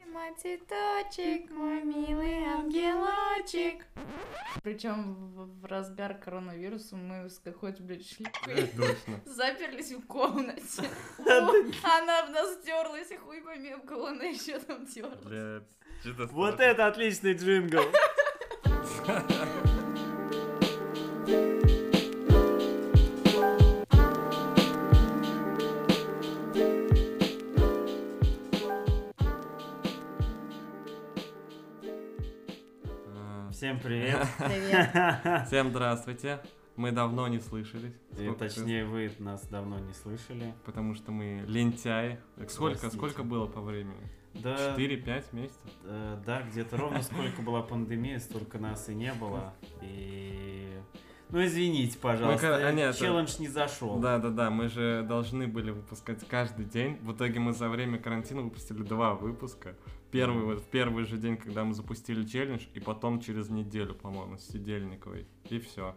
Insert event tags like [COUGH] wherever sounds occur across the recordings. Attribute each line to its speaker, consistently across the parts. Speaker 1: мама, цветочек, мой милый ангелочек. Причем в, в разгар коронавируса мы с какой-то, блядь,
Speaker 2: Э,
Speaker 1: шлюхой
Speaker 2: Точно.
Speaker 1: [LAUGHS] заперлись в комнате. О, [LAUGHS] Она в нас терлась, и хуй помемкала, она еще там терлась.
Speaker 2: Бля, чё-то
Speaker 3: Вот
Speaker 2: страшно.
Speaker 3: это отличный джингл. Всем
Speaker 2: [LAUGHS]
Speaker 3: привет.
Speaker 1: Привет.
Speaker 2: А, Всем здравствуйте. Мы давно не слышались.
Speaker 3: И,
Speaker 2: Сколько
Speaker 3: точнее, вы нас давно не слышали.
Speaker 2: раз? Потому что мы лентяи. Так сколько,
Speaker 3: Простите.
Speaker 2: сколько было по времени?
Speaker 3: Да,
Speaker 2: 4-5 месяцев?
Speaker 3: э, да, где-то ровно сколько была пандемия, столько нас и не было. И... Ну, извините,
Speaker 2: Ну, ка- а,
Speaker 3: пожалуйста,
Speaker 2: нет,
Speaker 3: челлендж не зашел.
Speaker 2: Да-да-да, мы же должны были выпускать каждый день. В итоге мы за время карантина выпустили два выпуска. Первый вот в первый же день, когда мы запустили челлендж, и потом через неделю, по-моему, с Сидельниковой. И все.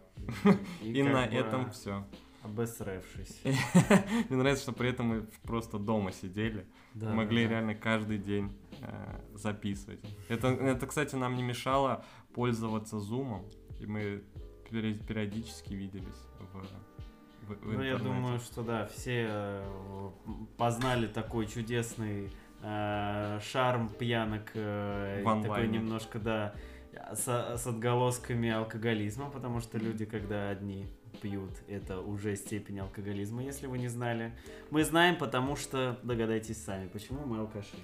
Speaker 2: И,
Speaker 3: как
Speaker 2: на
Speaker 3: бы а?
Speaker 2: этом все.
Speaker 3: Обесревшись.
Speaker 2: [LAUGHS] Мне нравится, что при этом мы просто дома сидели.
Speaker 3: Да,
Speaker 2: могли
Speaker 3: да, да.
Speaker 2: реально каждый день э, записывать. Это, это, кстати, нам не мешало пользоваться зумом, и мы пере- периодически виделись в, в- в
Speaker 3: Ну, я
Speaker 2: интернете.
Speaker 3: думаю, что да, все э, познали такой чудесный э, шарм пьянок, э, и
Speaker 2: В
Speaker 3: такой
Speaker 2: онлайне.
Speaker 3: немножко, да, с, с отголосками алкоголизма, потому что люди, когда одни пьют, это уже степень алкоголизма, если вы не знали. Мы знаем, потому что догадайтесь сами, почему мы алкаши.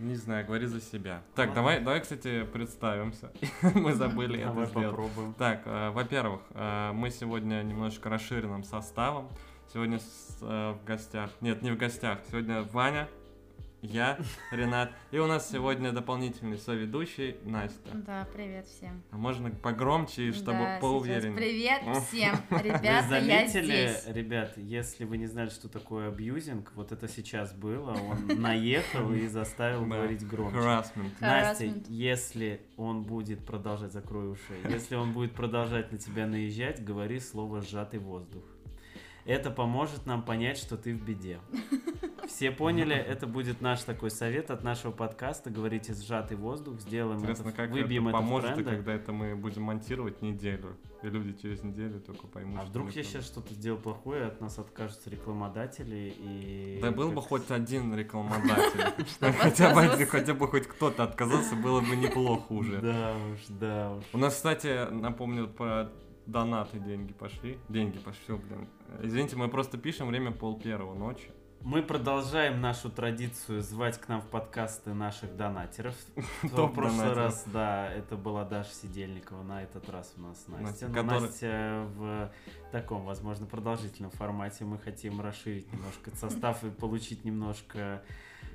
Speaker 2: Не знаю, говори за себя. Так,
Speaker 3: Ладно.
Speaker 2: давай, давай, кстати, представимся. [LAUGHS] мы забыли
Speaker 3: Давай
Speaker 2: это сделать.
Speaker 3: попробуем.
Speaker 2: Так, э, во-первых, э, мы сегодня немножечко расширенным составом. Сегодня с- э, в гостях. Нет, не в гостях. Сегодня Ваня, я, Ренат. И у нас сегодня дополнительный соведущий Настя.
Speaker 1: Да, привет всем.
Speaker 2: А можно погромче, и чтобы
Speaker 1: Да, сейчас
Speaker 2: поувереннее?
Speaker 1: Привет
Speaker 2: О. [LAUGHS]
Speaker 1: всем.
Speaker 3: Вы
Speaker 1: Ребята, я
Speaker 3: заметили,
Speaker 1: здесь.
Speaker 3: ребят, если вы не знали, что такое абьюзинг, вот это сейчас было, он [LAUGHS] наехал и заставил
Speaker 2: Да.
Speaker 3: говорить громче.
Speaker 2: Harassment.
Speaker 3: Настя,
Speaker 1: Harassment.
Speaker 3: если он будет продолжать, закрой уши, если он будет продолжать на тебя наезжать, говори слово «сжатый воздух». Это поможет нам понять, что ты в беде. Все поняли, это будет наш такой совет от нашего подкаста. Говорите «сжатый воздух», сделаем
Speaker 2: Интересно,
Speaker 3: это,
Speaker 2: как
Speaker 3: выбьем
Speaker 2: это
Speaker 3: это в
Speaker 2: поможет, и
Speaker 3: тренды.
Speaker 2: когда это мы будем монтировать неделю. И люди через неделю только поймут.
Speaker 3: А
Speaker 2: что
Speaker 3: вдруг
Speaker 2: мы
Speaker 3: я
Speaker 2: там-
Speaker 3: сейчас что-то сделал плохое, от нас откажутся рекламодатели и...
Speaker 2: Да был бы
Speaker 3: как-
Speaker 2: хоть
Speaker 3: [LAUGHS]
Speaker 2: один рекламодатель. [LAUGHS] Хотя бы один-
Speaker 1: отказался.
Speaker 2: хотя бы хоть кто-то отказался, было бы неплохо уже.
Speaker 3: Да уж, да уж.
Speaker 2: У нас, кстати, напомню, по донаты деньги пошли. Деньги пошли, блин. Извините, мы просто пишем время пол первого ночи.
Speaker 3: Мы продолжаем нашу традицию звать к нам в подкасты
Speaker 2: [LAUGHS]
Speaker 3: наших донатеров. В
Speaker 2: Топ-донатеров.
Speaker 3: прошлый раз, да, это была Даша Сидельникова, на этот раз у нас
Speaker 2: Настя,
Speaker 3: Настя. Но
Speaker 2: которая-
Speaker 3: Настя в таком, возможно, продолжительном формате. Мы хотим расширить немножко этот состав и получить немножко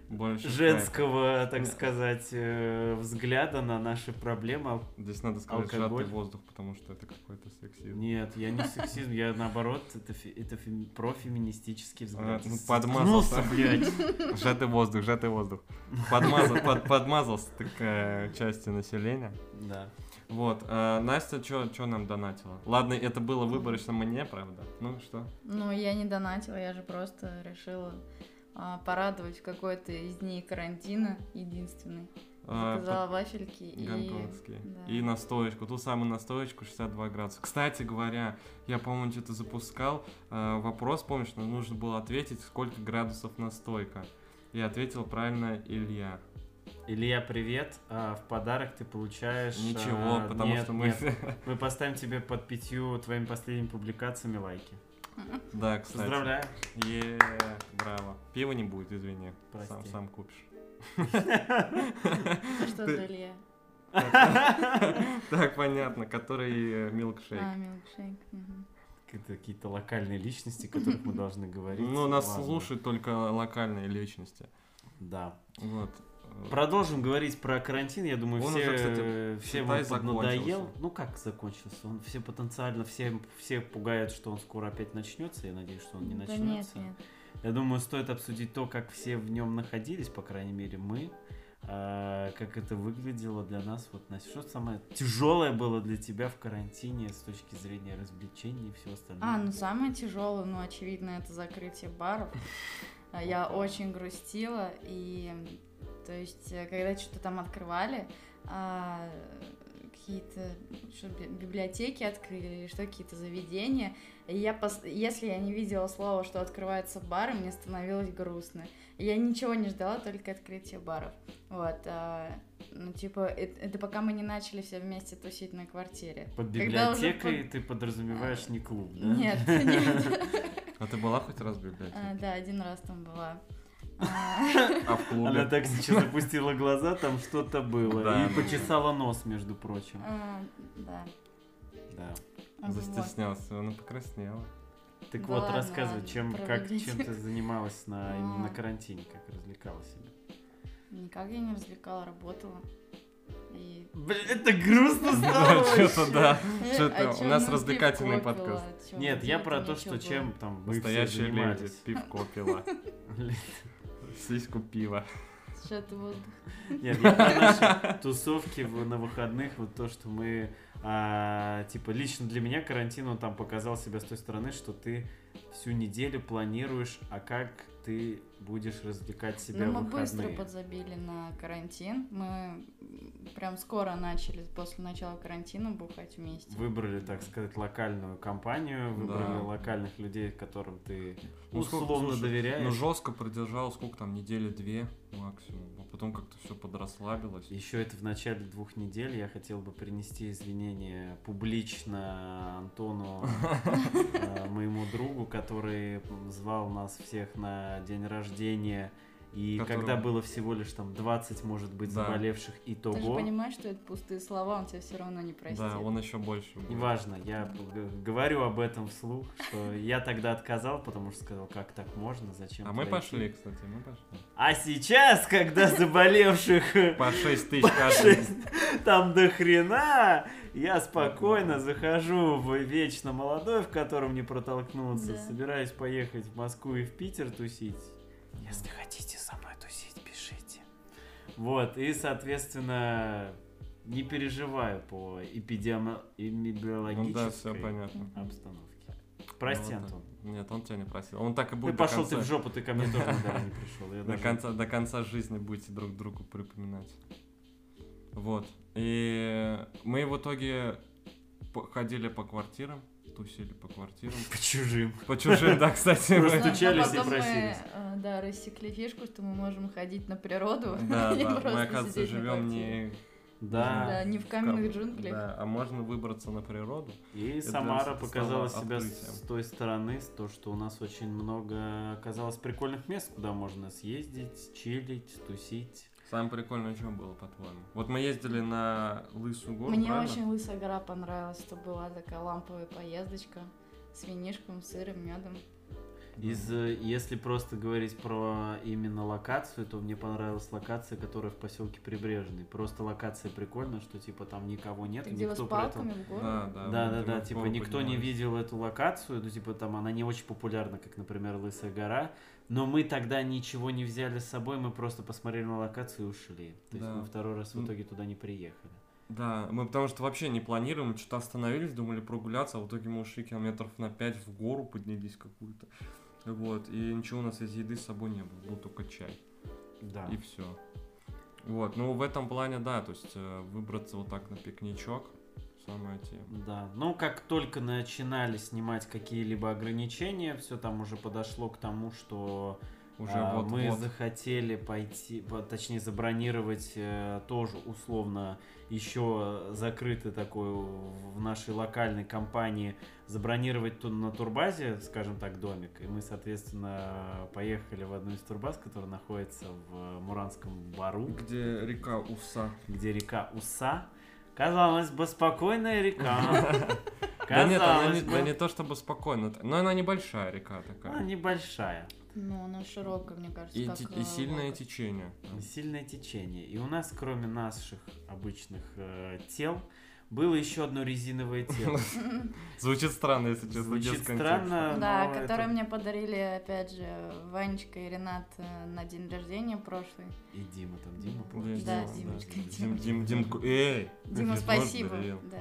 Speaker 2: Больше
Speaker 3: женского, так сказать, э, взгляда на наши проблемы. А
Speaker 2: кайф. Здесь надо сказать
Speaker 3: Алкоголь.
Speaker 2: сжатый воздух, потому что это какой-то сексизм.
Speaker 3: Нет, я не сексизм, я наоборот, это, фе- это фем- профеминистический
Speaker 2: А,
Speaker 3: взгляд.
Speaker 2: ну, подмазался,
Speaker 3: Заткнулся,
Speaker 2: блядь. [LAUGHS] [LAUGHS] Сжатый воздух, сжатый воздух. Подмазал, под- подмазался такая части населения.
Speaker 3: Да.
Speaker 2: Вот. а Настя, что нам донатила? Ладно, это было выборочно мне, правда. Ну что?
Speaker 1: Ну, я не донатила, я же просто решила а, порадовать в какой-то из дней карантина единственный.
Speaker 2: А,
Speaker 1: Заказала вафельки и...
Speaker 2: Гонконгский.
Speaker 1: да.
Speaker 2: И настоечку. Ту самую настоечку 62 градуса. Кстати говоря, я, по-моему, что-то запускал. э, вопрос, помнишь, нам нужно было ответить, сколько градусов настойка. И ответил правильно Илья.
Speaker 3: Илья, привет. А, в подарок ты получаешь...
Speaker 2: Ничего,
Speaker 3: а,
Speaker 2: потому
Speaker 3: нет,
Speaker 2: что мы...
Speaker 3: нет. Мы поставим тебе под пятью твоими последними публикациями лайки.
Speaker 2: [LAUGHS] Да, кстати.
Speaker 3: Поздравляю.
Speaker 2: Е, браво. Пива не будет, извини.
Speaker 3: Прости.
Speaker 2: Сам, сам
Speaker 3: [LAUGHS]
Speaker 2: купишь.
Speaker 1: Что за Илья?
Speaker 2: Так, понятно, который э, милкшейк.
Speaker 1: А, милкшейк. мгм.
Speaker 3: Какие-то, какие-то локальные личности, о которых мы должны говорить.
Speaker 2: Ну, нас
Speaker 3: Ладно.
Speaker 2: слушают только локальные личности.
Speaker 3: Да.
Speaker 2: Вот. Э,
Speaker 3: Продолжим говорить про карантин. Я думаю,
Speaker 2: Он
Speaker 3: все,
Speaker 2: уже, кстати,
Speaker 3: э, всем
Speaker 2: считай,
Speaker 3: он поднадоел.
Speaker 2: закончился.
Speaker 3: Ну как закончился? Он все потенциально, все, все пугают, что он скоро опять начнется. Я надеюсь, что он не
Speaker 1: Да
Speaker 3: начнется.
Speaker 1: нет, нет.
Speaker 3: Я думаю, стоит обсудить то, как все в нем находились, по крайней мере, мы. А, как это выглядело для нас. Вот, Настя, что самое тяжелое было для тебя в карантине с точки зрения развлечений и всего остального?
Speaker 1: А, ну самое тяжелое, ну, очевидно, это закрытие баров. А Я
Speaker 3: Опа.
Speaker 1: очень грустила, и То есть, э, когда что-то там открывали, а, какие-то что, би- библиотеки открыли или что, какие-то заведения, и я, пос- если я не видела слова, что открывается бар, мне становилось грустно. Я ничего не ждала, только открытие баров. Вот, а, ну, типа, это, это пока мы не начали все вместе тусить на квартире.
Speaker 3: Под
Speaker 1: Когда уже
Speaker 3: библиотекой ты подразумеваешь не клуб, да?
Speaker 1: Нет, [LAUGHS] нет.
Speaker 2: А ты была хоть раз в
Speaker 1: А,
Speaker 2: библиотеке?
Speaker 1: Да, один раз там
Speaker 2: [LAUGHS]
Speaker 1: была. А,
Speaker 2: А в
Speaker 3: Она
Speaker 2: клубе?
Speaker 3: так сейчас опустила глаза, там что-то было.
Speaker 2: Да,
Speaker 3: и
Speaker 2: ну.
Speaker 3: почесала нос, между прочим.
Speaker 1: а, Да.
Speaker 3: Да.
Speaker 1: Вот.
Speaker 2: Застеснялся,
Speaker 1: [LAUGHS]
Speaker 2: она покраснела.
Speaker 3: Так
Speaker 1: Да
Speaker 3: вот,
Speaker 1: ладно,
Speaker 3: рассказывай,
Speaker 1: ладно,
Speaker 3: чем, как,
Speaker 1: проведите.
Speaker 3: чем ты занималась на,
Speaker 1: А.
Speaker 3: именно на карантине, как развлекала себя.
Speaker 1: Никак я не развлекала, работала. И...
Speaker 3: Блин, это [LAUGHS] грустно
Speaker 2: Да,
Speaker 3: стало
Speaker 2: [LAUGHS] Что-то да.
Speaker 1: Э,
Speaker 2: Что-то
Speaker 1: а чё
Speaker 2: у нас
Speaker 1: ну,
Speaker 2: развлекательный
Speaker 1: пивко пила,
Speaker 2: подкаст.
Speaker 1: чё,
Speaker 3: Нет, я про
Speaker 1: делать-то
Speaker 3: то, что
Speaker 1: нечего
Speaker 3: чем там мы все
Speaker 2: Настоящая леди
Speaker 3: занимались.
Speaker 2: пивко
Speaker 1: [LAUGHS]
Speaker 2: пила. Сиську пива.
Speaker 1: было. Чё ты вот-
Speaker 3: [LAUGHS] Нет, я
Speaker 2: [LAUGHS]
Speaker 3: про наши тусовки в- на выходных, вот то, что мы, а, типа, лично для меня карантин, он там показал себя с той стороны, что ты всю неделю планируешь, а как ты будешь развлекать себя
Speaker 1: Ну,
Speaker 3: в
Speaker 1: мы быстро
Speaker 3: выходные.
Speaker 1: подзабили на карантин. Мы м, прям скоро начали после начала карантина бухать вместе.
Speaker 3: Выбрали, так сказать, локальную компанию, выбрали
Speaker 2: Да.
Speaker 3: локальных людей, которым ты
Speaker 2: Ну, сколько,
Speaker 3: условно
Speaker 2: слушай, Ну,
Speaker 3: доверяешь.
Speaker 2: жестко продержал, сколько там, недели-две максимум. А потом как-то все подрасслабилось.
Speaker 3: Еще это в начале двух недель я хотел бы принести извинения публично
Speaker 2: [LAUGHS]
Speaker 3: Антону, э, моему другу, который звал нас всех на день рождения. И
Speaker 2: Которому-
Speaker 3: когда было всего лишь там 20, может быть,
Speaker 2: Да.
Speaker 3: заболевших, и
Speaker 1: Ты же
Speaker 3: того.
Speaker 1: понимаешь, что это пустые слова, он тебя все равно не простит.
Speaker 2: Да, он еще больше. был.
Speaker 3: Неважно, я г- говорю об этом вслух, что я тогда отказал, потому что сказал, как так можно, зачем
Speaker 2: А мы
Speaker 3: туда идти?»
Speaker 2: пошли, кстати, мы пошли.
Speaker 3: А сейчас, когда заболевших
Speaker 2: По 6 тысяч каждый.
Speaker 3: Шесть. Там до хрена. Я спокойно захожу в вечно молодой, в котором не протолкнуться.
Speaker 1: Да.
Speaker 3: Собираюсь поехать в Москву и в Питер тусить. Если хотите со мной тусить, пишите. Вот, и, соответственно, не переживаю по
Speaker 2: Ну
Speaker 3: эпидеми-
Speaker 2: да, все
Speaker 3: эпидемиологической
Speaker 2: понятно.
Speaker 3: обстановке. Прости,
Speaker 2: Ну, вот
Speaker 3: Антон.
Speaker 2: так. Нет, он тебя не просил. Он так и
Speaker 3: Ты
Speaker 2: будет. до
Speaker 3: пошел ты
Speaker 2: конца-
Speaker 3: в жопу, ты ко мне тоже наверное, не пришел. Я
Speaker 2: До
Speaker 3: даже-
Speaker 2: конца, до конца жизни будете друг другу припоминать. Вот. И мы в итоге по- ходили по квартирам, тусили по квартирам.
Speaker 3: По чужим.
Speaker 2: По чужим, да, кстати. мы-
Speaker 1: Но- но
Speaker 3: Стучались и
Speaker 1: а потом мы,
Speaker 3: просились.
Speaker 1: э, да, рассекли фишку, что мы можем ходить на [LAUGHS] природу.
Speaker 2: Да,
Speaker 1: и
Speaker 2: да, мы,
Speaker 1: просто
Speaker 2: оказывается,
Speaker 1: сидеть на
Speaker 2: живем
Speaker 1: квартире.
Speaker 2: не...
Speaker 1: Да, не в каменных джунглях.
Speaker 2: Да, а можно выбраться на природу.
Speaker 3: И
Speaker 2: Это
Speaker 3: Самара
Speaker 2: стало
Speaker 3: показала себя
Speaker 2: открытием.
Speaker 3: с той стороны, с то, что у нас очень много оказалось прикольных мест, куда можно съездить, чилить, тусить.
Speaker 2: Самое прикольное, что было, по-твоему? Вот мы ездили на Лысую гору,
Speaker 1: Мне
Speaker 2: правильно?
Speaker 1: очень лысая гора понравилась, что была такая ламповая поездочка с винишком, сыром, медом.
Speaker 3: Из, э, если просто говорить про именно локацию, то мне понравилась локация, которая в поселке Прибрежный. Просто локация прикольная, что типа там никого нет,
Speaker 1: Ты
Speaker 3: и
Speaker 1: дело
Speaker 3: никто
Speaker 1: с
Speaker 3: при этом
Speaker 1: палками в гору.
Speaker 2: Да, да.
Speaker 3: Да,
Speaker 2: вот
Speaker 3: да,
Speaker 2: мы
Speaker 3: да,
Speaker 2: в
Speaker 3: типа
Speaker 2: гору
Speaker 3: никто не
Speaker 2: поднимались.
Speaker 3: видел эту локацию, ну типа там она не очень популярна, как, например, Лысая гора, но мы тогда ничего не взяли с собой, мы просто посмотрели на локацию и ушли. То есть
Speaker 2: Да.
Speaker 3: мы второй раз в
Speaker 2: Ну.
Speaker 3: итоге туда не приехали.
Speaker 2: Да, мы потому что вообще не планируем, что-то остановились, думали прогуляться, а в итоге мы ушли километров на 5 в гору поднялись какую-то. Вот, и ничего у нас из еды с собой не было, был только чай,
Speaker 3: Да.
Speaker 2: и все. Вот, ну в этом плане, да, то есть э, выбраться вот так на пикничок, самая тема.
Speaker 3: Да, ну как только начинали снимать какие-либо ограничения, все там уже подошло к тому, что
Speaker 2: Уже
Speaker 3: А,
Speaker 2: вот
Speaker 3: мы
Speaker 2: вот.
Speaker 3: захотели пойти, по- точнее забронировать э, тоже условно еще закрытый такой в в нашей локальной компании забронировать ту- на турбазе, скажем так, домик. И мы, соответственно, поехали в одну из турбаз, которая находится в Муранском бару,
Speaker 2: Где река Уса.
Speaker 3: где река Уса. Казалось бы, спокойная река.
Speaker 2: [LAUGHS] Да нет, она не,
Speaker 3: Казалось
Speaker 2: да
Speaker 3: бы.
Speaker 2: не то чтобы спокойно, т- но она небольшая река
Speaker 3: Она
Speaker 2: такая.
Speaker 3: небольшая.
Speaker 1: Ну, она широкая, мне кажется,
Speaker 2: И,
Speaker 1: как...
Speaker 2: те- и
Speaker 1: э,
Speaker 2: сильное
Speaker 1: локоть.
Speaker 2: течение.
Speaker 3: Сильное течение. И у нас, кроме наших обычных э, тел, было еще одно
Speaker 2: [LAUGHS]
Speaker 3: резиновое тело.
Speaker 2: Звучит странно, если честно, без
Speaker 3: Звучит
Speaker 2: контекста.
Speaker 3: странно,
Speaker 1: Да,
Speaker 3: но
Speaker 1: которые
Speaker 3: это-
Speaker 1: мне подарили, опять же, Ванечка и Ренат э, на день рождения прошлый.
Speaker 3: И Дима
Speaker 2: Ну,
Speaker 3: там, Дима
Speaker 1: Да,
Speaker 3: помнишь?
Speaker 1: Да, Димочка,
Speaker 2: Дим, Дим, Димку. Эй!
Speaker 1: Дима,
Speaker 2: Нет,
Speaker 1: спасибо.
Speaker 2: можно, блин.
Speaker 1: Да.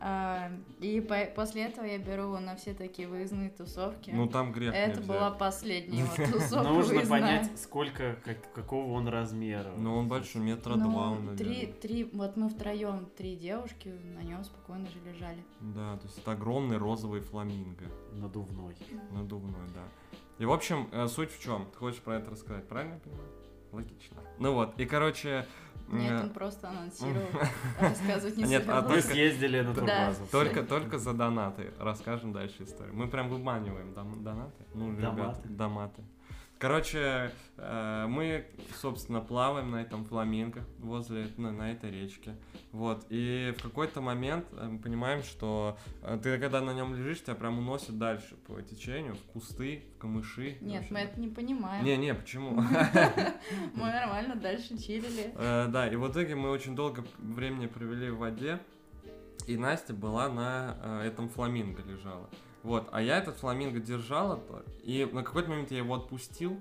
Speaker 1: А, И по- после этого я беру на все такие выездные тусовки.
Speaker 2: Ну там грех
Speaker 1: Это
Speaker 2: не
Speaker 1: была
Speaker 2: взять.
Speaker 1: последняя
Speaker 2: [LAUGHS]
Speaker 1: вот тусовка
Speaker 3: Нужно
Speaker 1: выездная.
Speaker 3: понять, сколько, как- какого он размера.
Speaker 2: Ну он большой, метра
Speaker 1: Ну,
Speaker 2: два он,
Speaker 1: три,
Speaker 2: наверное.
Speaker 1: три, вот мы втроем, три девушки, на нем спокойно же лежали.
Speaker 2: Да, то есть это огромный розовый фламинго.
Speaker 3: Надувной.
Speaker 2: Надувной, да. И, в общем, э, суть в чем? Ты хочешь про это рассказать, правильно я понимаю? Логично. Ну вот, и, короче... м,
Speaker 1: Нет,
Speaker 2: э,
Speaker 1: он просто
Speaker 2: [LAUGHS]
Speaker 1: анонсировал, а рассказывать не
Speaker 2: Нет, а
Speaker 3: Мы
Speaker 1: собирался.
Speaker 2: Только-
Speaker 3: съездили на
Speaker 1: Да.
Speaker 3: турбазу.
Speaker 2: Только, только за донаты. Расскажем дальше историю. Мы прям выманиваем дон- донаты. Ну, ребята,
Speaker 3: Доматы.
Speaker 2: доматы. Короче, э, мы, собственно, плаваем на этом фламинго возле, на, на этой речке. Вот, и в какой-то момент э, мы понимаем, что э, ты, когда на нем лежишь, тебя прям уносит дальше по течению, в кусты, в камыши.
Speaker 1: Нет,
Speaker 2: Вообще,
Speaker 1: мы
Speaker 2: да.
Speaker 1: это не понимаем.
Speaker 2: Не-не,
Speaker 1: [LAUGHS]
Speaker 2: почему?
Speaker 1: Мы нормально дальше чилили.
Speaker 2: Э, Да, и в итоге мы очень долго времени провели в воде, и Настя была на э, этом фламинго лежала. Вот, а я этот фламинго держала, то- и на какой-то момент я его отпустил,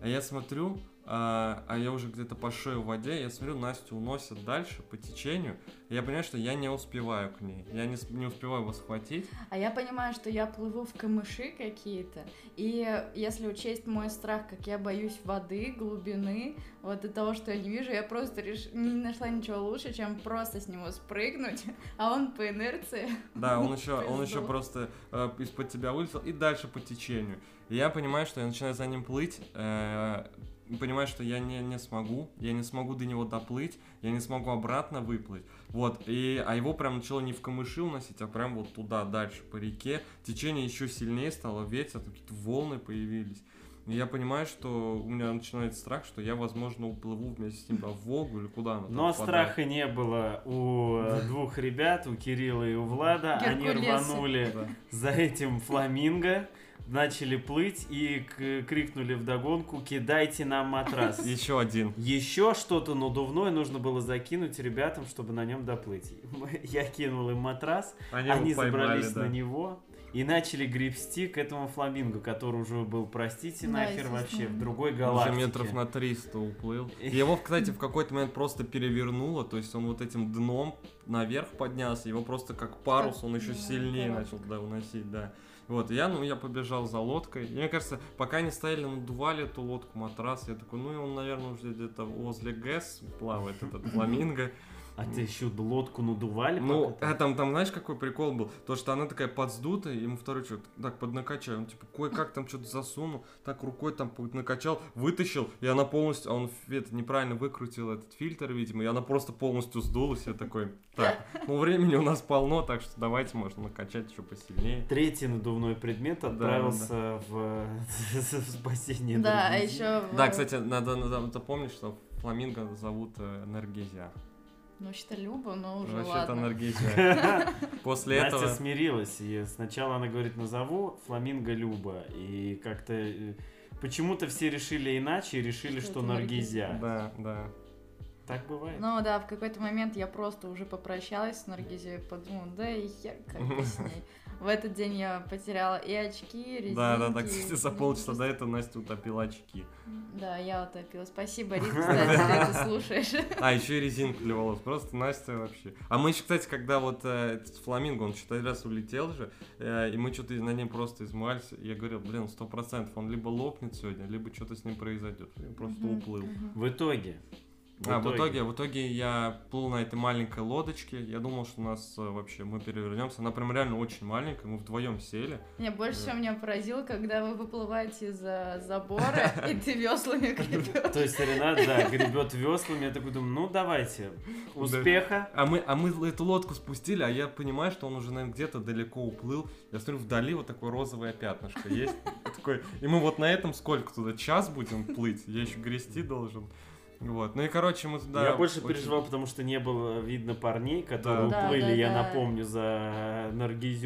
Speaker 2: а я смотрю, а а я уже где-то по шею в воде, я смотрю, Настю уносят дальше по течению, и я понимаю, что я не успеваю к ней, я не, с- не успеваю его схватить.
Speaker 1: А я понимаю, что я плыву в камыши какие-то. И если учесть мой страх, как я боюсь воды, глубины, вот и того, что я не вижу, я просто реш... не нашла ничего лучше, чем просто с него спрыгнуть, [LAUGHS] а он по инерции.
Speaker 2: Да, он еще, он еще
Speaker 1: Пиздово.
Speaker 2: просто э, из-под тебя вылетел и дальше по течению. И я понимаю, что я начинаю за ним плыть, э, и понимаю, что я не, не смогу, я не смогу до него доплыть, я не смогу обратно выплыть. Вот, и, а его прям начало не в камыши уносить, а прям вот туда, дальше, по реке. Течение еще сильнее стало, ветер, там какие-то волны появились. И я понимаю, что у меня начинает страх, что я, возможно, уплыву вместе с ним да, в Волгу или куда она там
Speaker 3: Но
Speaker 2: впадает.
Speaker 3: страха не было
Speaker 2: [LAUGHS]
Speaker 3: у э, двух ребят, у Кирилла и у Влада. Они
Speaker 1: Геркулесы.
Speaker 3: рванули
Speaker 2: Да.
Speaker 3: за этим фламинго, начали плыть и к- крикнули вдогонку «Кидайте нам
Speaker 2: [LAUGHS]
Speaker 3: матрас!»
Speaker 2: Еще один.
Speaker 3: Еще что-то надувное нужно было закинуть ребятам, чтобы на нем доплыть. [LAUGHS] Я кинул им матрас,
Speaker 2: его
Speaker 3: они
Speaker 2: поймали,
Speaker 3: забрались
Speaker 2: да.
Speaker 3: на него и начали гребсти к этому фламинго, который уже был, простите,
Speaker 1: Да,
Speaker 3: нахер
Speaker 1: естественно.
Speaker 3: вообще, в другой
Speaker 2: Уже
Speaker 3: галактике.
Speaker 2: метров на 300 уплыл. И Его, кстати, в какой-то момент просто перевернуло, то есть он вот этим дном наверх поднялся, его просто как парус, он еще
Speaker 1: Да,
Speaker 2: сильнее
Speaker 1: да.
Speaker 2: начал да, уносить, да. Вот, я, ну, я побежал за лодкой. И мне кажется, пока они стояли, надували эту лодку, матрас, я такой, ну, и он, наверное, уже где-то возле ГЭС плавает, этот фламинго.
Speaker 3: А ты еще лодку надували?
Speaker 2: Ну,
Speaker 3: пока
Speaker 2: а
Speaker 3: там?
Speaker 2: там, там, знаешь, какой прикол был? То, что она такая подсдутая, ему второй человек так поднакачай, он типа кое-как там что-то засунул, так рукой там накачал, вытащил, и она полностью, а он ф- это, неправильно выкрутил этот фильтр, видимо, и она просто полностью сдулась, я такой, так, ну времени у нас полно, так что давайте, можно накачать еще посильнее.
Speaker 3: Третий надувной предмет
Speaker 2: а да,
Speaker 3: отправился В... [LAUGHS] в спасение
Speaker 1: Да, а
Speaker 3: других.
Speaker 1: еще...
Speaker 2: Да, кстати, надо, надо запомнить, что фламинго зовут э, Энергезия.
Speaker 1: Ну, вообще-то Люба, но уже
Speaker 2: Вообще-то
Speaker 1: ладно.
Speaker 2: Энергезия.
Speaker 1: [LAUGHS]
Speaker 2: После
Speaker 3: Настя
Speaker 2: этого...
Speaker 3: смирилась, и сначала она говорит, назову Фламинго Люба, и как-то... э, Почему-то все решили иначе и решили,
Speaker 1: Что
Speaker 3: что,
Speaker 1: это
Speaker 3: Наргизя.
Speaker 2: Да, да.
Speaker 3: Так бывает.
Speaker 1: Ну да, в какой-то момент я просто уже попрощалась с Наргизией, подумала, да и хер как бы с ней. В этот день я потеряла и очки, и резинки.
Speaker 2: Да, да, да, кстати, за
Speaker 1: Ну,
Speaker 2: полчаса
Speaker 1: просто-
Speaker 2: до этого Настя утопила очки.
Speaker 1: Да, я утопила. Спасибо,
Speaker 2: [LAUGHS]
Speaker 1: Рит, кстати, что это слушаешь.
Speaker 2: А, еще и резинку для волос. Просто Настя вообще. А мы еще, кстати, когда вот э, этот фламинго, он что-то раз улетел же, э, и мы что-то на нем просто измывались. Я говорил, блин, сто процентов, он либо лопнет сегодня, либо что-то с ним произойдет. И он просто
Speaker 1: Мгм,
Speaker 2: уплыл.
Speaker 1: мгм.
Speaker 3: В итоге.
Speaker 2: А, в итоге, в итоге я плыл на этой маленькой лодочке. Я думал, что у нас э, вообще мы перевернемся. Она прям реально очень маленькая. Мы вдвоем сели.
Speaker 1: Меня больше всего меня поразило, когда вы выплываете за
Speaker 2: [LAUGHS]
Speaker 1: заборы, и ты веслами гребешь.
Speaker 3: То есть Ренат, да, гребет веслами, я такой думаю, ну давайте, успеха.
Speaker 2: А мы, а мы эту лодку спустили, а я понимаю, что он уже, наверное, где-то далеко уплыл. Я смотрю, вдали вот такое розовое пятнышко есть. Такой, и мы вот на этом сколько туда? Час будем плыть? Я еще грести должен. Вот. Ну и, короче, мы туда...
Speaker 3: я больше
Speaker 2: очень-
Speaker 3: переживал, потому что не было видно парней, которые
Speaker 1: Да. Да,
Speaker 3: уплыли,
Speaker 1: да,
Speaker 3: я
Speaker 1: да.
Speaker 3: напомню, за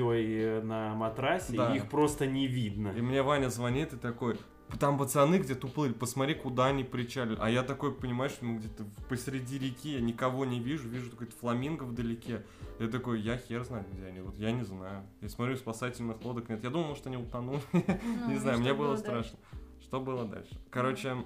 Speaker 3: Наргизей на матрасе,
Speaker 2: Да.
Speaker 3: и их просто не видно.
Speaker 2: И мне Ваня звонит и такой, там пацаны где-то уплыли, посмотри, куда они причалили. А я такой, понимаешь, мы где-то в- посреди реки, я никого не вижу, вижу какой-то фламинго вдалеке. Я такой, я хер знаю, где они, вот я не знаю. Я смотрю, спасательных лодок нет. Я думал, может, они утонули. [LAUGHS]
Speaker 1: Ну,
Speaker 2: Не знаю, мне было страшно. Что было дальше? Короче,